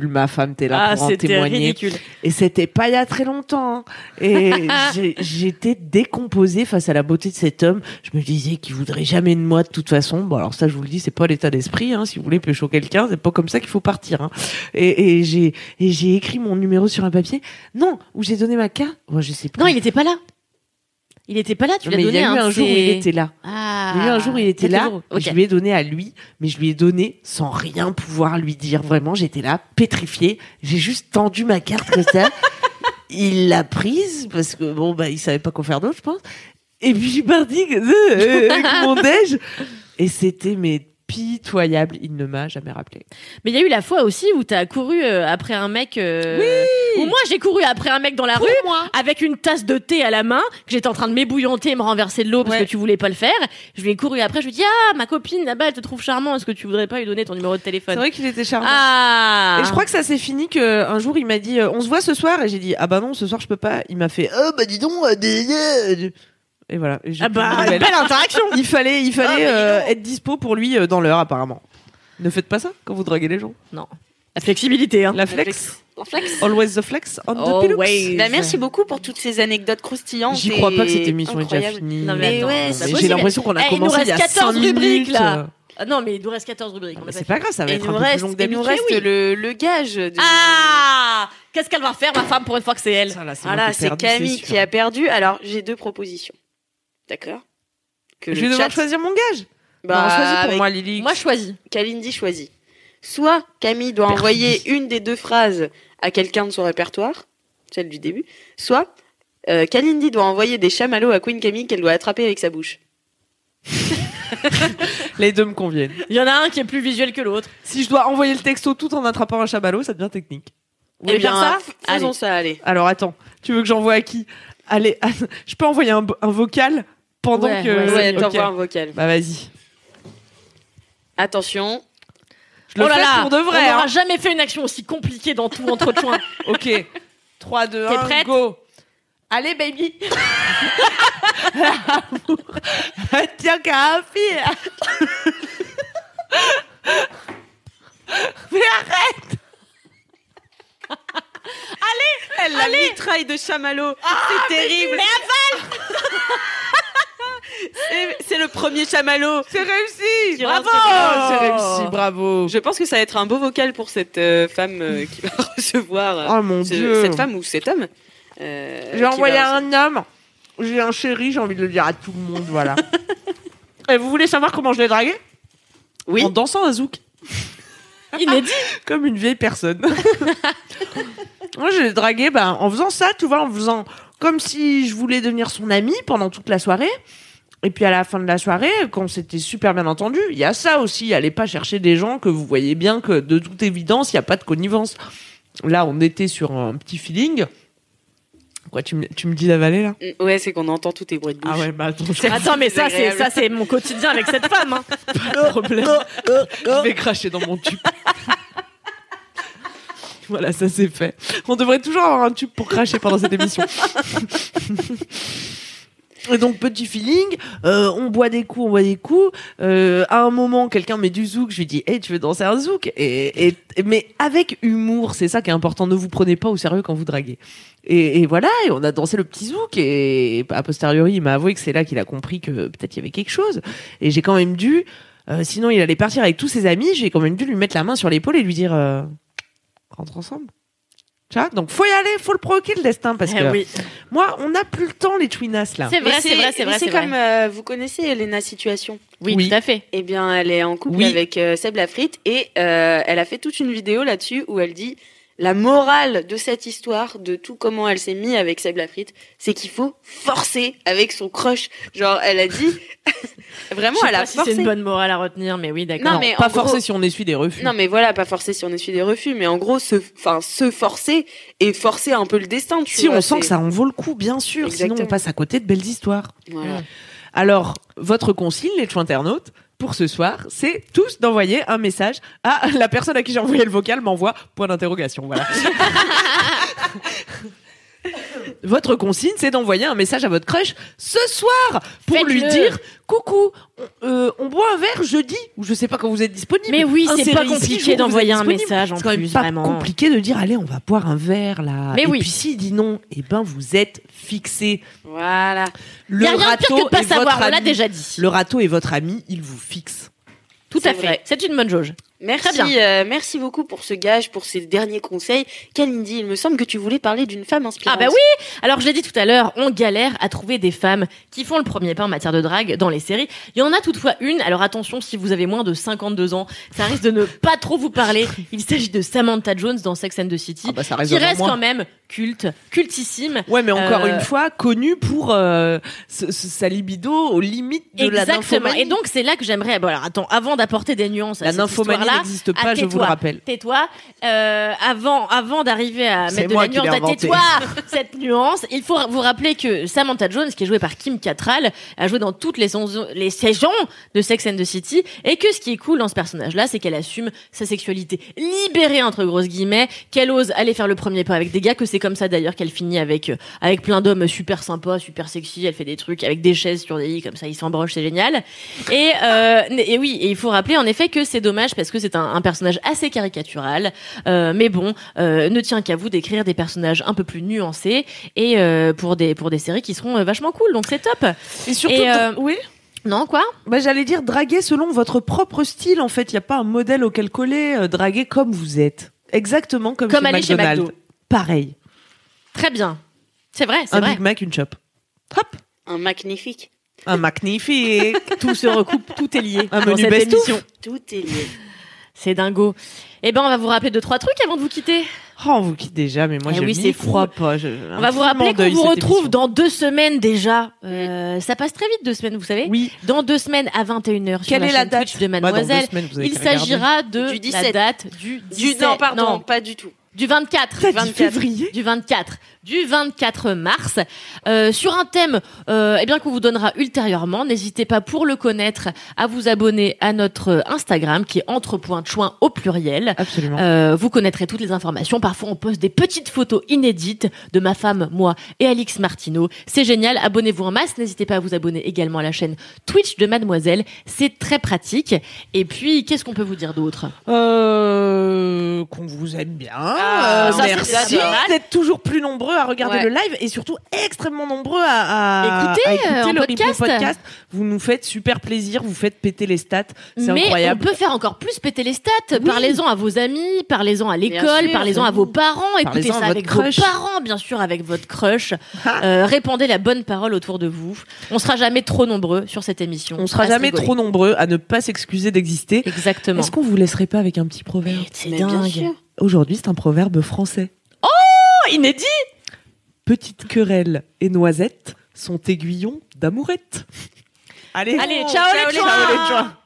Ma femme, t'es là Ah, pour en c'était témoigner. ridicule. Et c'était pas il y a très longtemps. hein. [laughs] Et j'ai- j'étais décomposée face à la beauté de cet homme. Je me disais qu'il voudrait jamais de moi de toute façon. Bon, alors ça, je vous le dis, c'est pas l'état d'esprit. Hein. Si vous voulez pécho quelqu'un, c'est pas comme ça qu'il faut partir. Hein. Et, et j'ai et j'ai écrit mon numéro sur un papier. Non, où j'ai donné ma carte. Moi, je sais plus. Non, il était pas là. Il était pas là, tu l'as Mais il y donné a eu à un de jour où ses- il était là. Ah. Il y a eu un jour, il était Quelques là. jours. et Ok. Je lui ai donné à lui, mais je lui ai donné sans rien pouvoir lui dire. Vraiment, j'étais là, pétrifiée. J'ai juste tendu ma carte comme [laughs] ça. il l'a prise parce que bon, bah, il savait pas quoi faire d'autre, je pense. Et puis je suis partie comme ça, euh, [laughs] avec mon déj. Et c'était mais pitoyable. Il ne m'a jamais rappelé. Mais il y a eu la fois aussi où t'as couru euh, après un mec. euh, Où moi j'ai couru après un mec dans la rue avec une tasse de thé à la main que j'étais en train de m'ébouillanter et me renverser de l'eau parce Ouais. que tu voulais pas le faire. Je lui ai couru après. Je lui ai dit ah ma copine là-bas elle te trouve charmant. Est-ce que tu voudrais pas lui donner ton numéro de téléphone vrai qu'il était charmant. Ah. Et je crois que ça s'est fini que un jour il m'a dit euh, on se voit ce soir et j'ai dit ah bah non ce soir je peux pas il m'a fait ah bah dis donc euh, des- euh, et voilà Et j'ai Ah bah, plus de nouvelles. belle interaction. il fallait il Ah, mais fallait dis euh, donc. être dispo pour lui euh, dans l'heure apparemment ne faites pas ça quand vous draguez les gens La flexibilité hein. la flex always the flex on the Always. pillows Bah, merci beaucoup pour toutes ces anecdotes croustillantes. j'y crois pas que cette et émission est incroyables. déjà finie Non, mais Mais attends, ouais, non, c'est mais j'ai possible. l'impression qu'on a Eh, il nous commencé il y a reste 14 5 rubriques, minutes là. euh. Ah non mais il nous reste 14 rubriques. on Mais a Ah, c'est pas pas grave ça va Et être nous un peu plus long reste, que et nous reste d'habitude. le, le gage. De... Ah Qu'est-ce qu'elle va faire, ma femme, pour une fois que c'est elle Ça, là, c'est moi Voilà, qui c'est ai perdu, Camille sûr. qui a perdu. Alors, j'ai deux propositions. D'accord Que je le vais devoir chat- choisir mon gage Bah, Non, choisis pour avec moi Lily Moi, je choisis. Kalindi choisit. Soit Camille doit Perfide. envoyer une des deux phrases à quelqu'un de son répertoire, celle du début, soit euh, Kalindi doit envoyer des chamallows à Queen Camille qu'elle doit attraper avec sa bouche. les deux me conviennent Il y en a un qui est plus visuel que l'autre. Si je dois envoyer le texto tout en attrapant un chamallow, ça devient technique. Vous voulez Eh bien, faire ça f- faisons ça, allez. Alors attends, tu veux que j'envoie à qui Allez, [laughs] je peux envoyer un, bo- un vocal pendant Ouais, Euh, que. ouais, Ouais, Ok. t'envoies un vocal. Bah vas-y. Attention. Je le oh là fais là, pour de vrai. on n'aura hein. jamais fait une action aussi compliquée [laughs] dans tout entretien. Ok. 3, 2, T'es 1, prête go. Eh Allez, ben, baby. Tiens, Carapi. Elle la mitraille de chamallow. c'est terrible. Ah, C'est- C'est le premier chamallow. C'est réussi. Qui Bravo. rentre dedans. Oh, C'est réussi. Bravo. Je pense que ça va être un beau vocal pour cette euh, femme euh, qui va [laughs] recevoir euh, Oh mon ce- dieu. cette femme ou cet homme. euh, qui J'ai va envoyé recevoir- un homme. J'ai un chéri, j'ai envie de le dire à tout le monde, voilà. Et vous voulez savoir comment je l'ai dragué Oui. En dansant un zouk, Inédit. comme une vieille personne. [laughs] Moi, je l'ai dragué ben, en faisant ça, tu vois, en faisant comme si je voulais devenir son amie pendant toute la soirée. Et puis à la fin de la soirée, quand on s'était super bien entendu, il y a ça aussi, allez pas chercher des gens que vous voyez bien que de toute évidence, il n'y a pas de connivence. Là, on était sur un petit feeling. Quoi, tu me, tu me dis d'avaler là Mm, Ouais, c'est qu'on entend tous tes bruits de bouche. Ah ouais, bah attends, je Attends, mais ça, c'est désagréable. ça, c'est mon quotidien avec cette femme. hein. pas de [laughs] problème. je vais cracher dans mon tube. [laughs] voilà, ça c'est fait. On devrait toujours avoir un tube pour cracher pendant cette émission. Et donc petit feeling, euh, on boit des coups, on boit des coups. Euh, à un moment, quelqu'un met du zouk, je lui dis, hey, tu veux danser un zouk et, et- mais avec humour, c'est ça qui est important. Ne vous prenez pas au sérieux quand vous draguez. Et, et voilà, et on a dansé le petit zouk. Et a posteriori, il m'a avoué que c'est là qu'il a compris que peut-être il y avait quelque chose. Et j'ai quand même dû, euh, sinon il allait partir avec tous ses amis, j'ai quand même dû lui mettre la main sur l'épaule et lui dire euh, rentre ensemble. Tu vois Donc faut y aller, faut le provoquer le destin parce Eh que oui. moi on n'a plus le temps les twinas là. C'est Mais vrai, c'est vrai, c'est mais vrai. C'est c'est vrai. comme euh, vous connaissez Elena Situation. Oui, Oui. tout à fait. Eh bien, elle est en couple Oui. avec euh, Seb Lafrite et euh, elle a fait toute une vidéo là-dessus où elle dit la morale de cette histoire, de tout comment elle s'est mise avec Seb Lafrite, c'est qu'il faut forcer avec son crush. Genre, elle a dit [laughs] vraiment, Je sais elle pas a si forcé. c'est une bonne morale à retenir, mais oui, d'accord. Non, mais pas en gros- forcé si on essuie des refus. Non mais voilà, pas forcer si on essuie des refus, mais en gros se, enfin se forcer et forcer un peu le destin. Tu si vois, on sent c'est- que ça en vaut le coup, bien sûr. Sinon Exactement. on passe à côté de belles histoires. Voilà. Alors, votre consigne, les chou internautes, pour ce soir, c'est tous d'envoyer un message à la personne à qui j'ai envoyé le vocal m'envoie point d'interrogation. [laughs] Voilà. votre consigne, c'est d'envoyer un message à votre crush ce soir pour Faites-le. lui dire coucou, on, euh, on boit un verre jeudi ou je sais pas quand vous êtes disponible. Mais oui, c'est Insérez pas ici le compliqué jour où vous d'envoyer êtes un disponible. message en C'est quand même plus, pas vraiment. compliqué de dire allez on va boire un verre là. Mais et oui. puis s'il dit non, et ben vous êtes fixé. Voilà. Le Il y a rien de râteau pire que de pas est votre savoir, on l'a ami. déjà dit. Le râteau est votre ami, il vous fixe. Tout C'est à fait. vrai. C'est une bonne jauge. Merci, Très euh, merci beaucoup pour ce gage, pour ces derniers conseils. Kalindi, il me semble que tu voulais parler d'une femme Ah inspirante. bah oui Alors je l'ai dit tout à l'heure, on galère à trouver des femmes qui font le premier pas en matière de drague dans les séries. Il y en a toutefois une, alors attention si vous avez moins de 52 ans, ça risque de ne pas trop vous parler. Il s'agit de Samantha Jones dans Sex and the City, Ah bah, ça qui résonne en reste moi. quand même culte, cultissime. Ouais, mais encore Euh, une fois, connue pour euh, ce- ce- sa libido aux limites de la Exactement. nymphomanie. Et donc c'est là que j'aimerais... Bon alors attends, avant d'apporter des nuances à la cette nymphomanie histoire-là, n'existe Ah, pas, je vous tais-toi. le rappelle. Tais-toi. Euh, avant, avant d'arriver à C'est mettre de moi la qui l'ai nuance, à inventé. [laughs] tais-toi cette nuance. Il faut vous rappeler que Samantha Jones, qui est jouée par Kim Cattrall, a joué dans toutes les, saisons- les saisons de Sex and the City, et que ce qui est cool dans ce personnage-là, c'est qu'elle assume sa sexualité libérée entre grosses guillemets, qu'elle ose aller faire le premier pas avec des gars, que c'est comme ça d'ailleurs qu'elle finit avec euh, avec plein d'hommes super sympas, super sexy. Elle fait des trucs avec des chaises sur des lits comme ça, ils s'embrochent, c'est génial. Et, euh, et oui, et il faut rappeler en effet que c'est dommage parce que c'est un, un personnage assez caricatural. Euh, mais bon, euh, ne tient qu'à vous d'écrire des personnages un peu plus nuancés et euh, pour des pour des séries qui seront euh, vachement cool. Donc c'est top. Et surtout, Et, euh, oui, Non quoi bah, j'allais dire draguer selon votre propre style. En fait, il n'y a pas un modèle auquel coller. euh, draguer comme vous êtes, exactement comme, Comme chez aller chez McDonald's. McDo. Pareil, Très bien. C'est vrai, c'est un vrai. Big Mac, une chope. Hop, Un magnifique. un magnifique. Tout se recoupe, tout est lié. Un dans menu cette best-of. émission. Tout est lié. C'est dingo. Eh ben, on va vous rappeler deux trois trucs avant de vous quitter. oh, on vous quitte déjà, mais moi Eh je oui, m'y c'est crois fou. pas. On va vous rappeler qu'on vous retrouve dans deux semaines déjà. Euh, ça passe très vite deux semaines, vous savez. Oui. Dans deux semaines à 21h sur Quelle la est la chaîne date Twitch de Bah, dans deux Mademoiselle. semaines, vous avez Il qu'à regarder. s'agira de Du la 17. date du Du 17. non, pardon, pas du tout. du 24, T'as dit 24, février du 24, du 24 mars, euh, sur un thème euh, eh bien qu'on vous donnera ultérieurement. N'hésitez pas pour le connaître à vous abonner à notre Instagram qui est entre.choin au pluriel. Absolument. Euh, vous connaîtrez toutes les informations. Parfois, on poste des petites photos inédites de ma femme, moi et Alix Martineau. C'est génial. Abonnez-vous en masse. N'hésitez pas à vous abonner également à la chaîne Twitch de Mademoiselle. C'est très pratique. Et puis, qu'est-ce qu'on peut vous dire d'autre Euh, qu'on vous aime bien. Ah, Euh, ça, c'est merci déjà bien. d'être toujours plus nombreux à regarder Ouais. le live et surtout extrêmement nombreux à, à- Écoutez, à euh, en le replay podcast. podcast. Vous nous faites super plaisir, vous faites péter les stats. C'est Mais incroyable. on peut faire encore plus péter les stats. Parlez-en à vos amis, parlez-en à l'école, sûr. parlez-en à vos parents, écoutez Parlez-en à ça votre avec crush. vos parents, bien sûr, avec votre crush. [laughs] Euh, répandez la bonne parole autour de vous. On sera jamais trop nombreux sur cette émission. On sera À se jamais rigoler. trop nombreux à ne pas s'excuser d'exister. Exactement. Est-ce qu'on vous laisserait pas avec un petit proverbe C'est Mais bien dingue. sûr. Aujourd'hui, c'est un proverbe français. Oh, inédit Petite querelle et noisette sont aiguillons d'amourette. Allez, Allez, ciao, les ciao joints. les joints.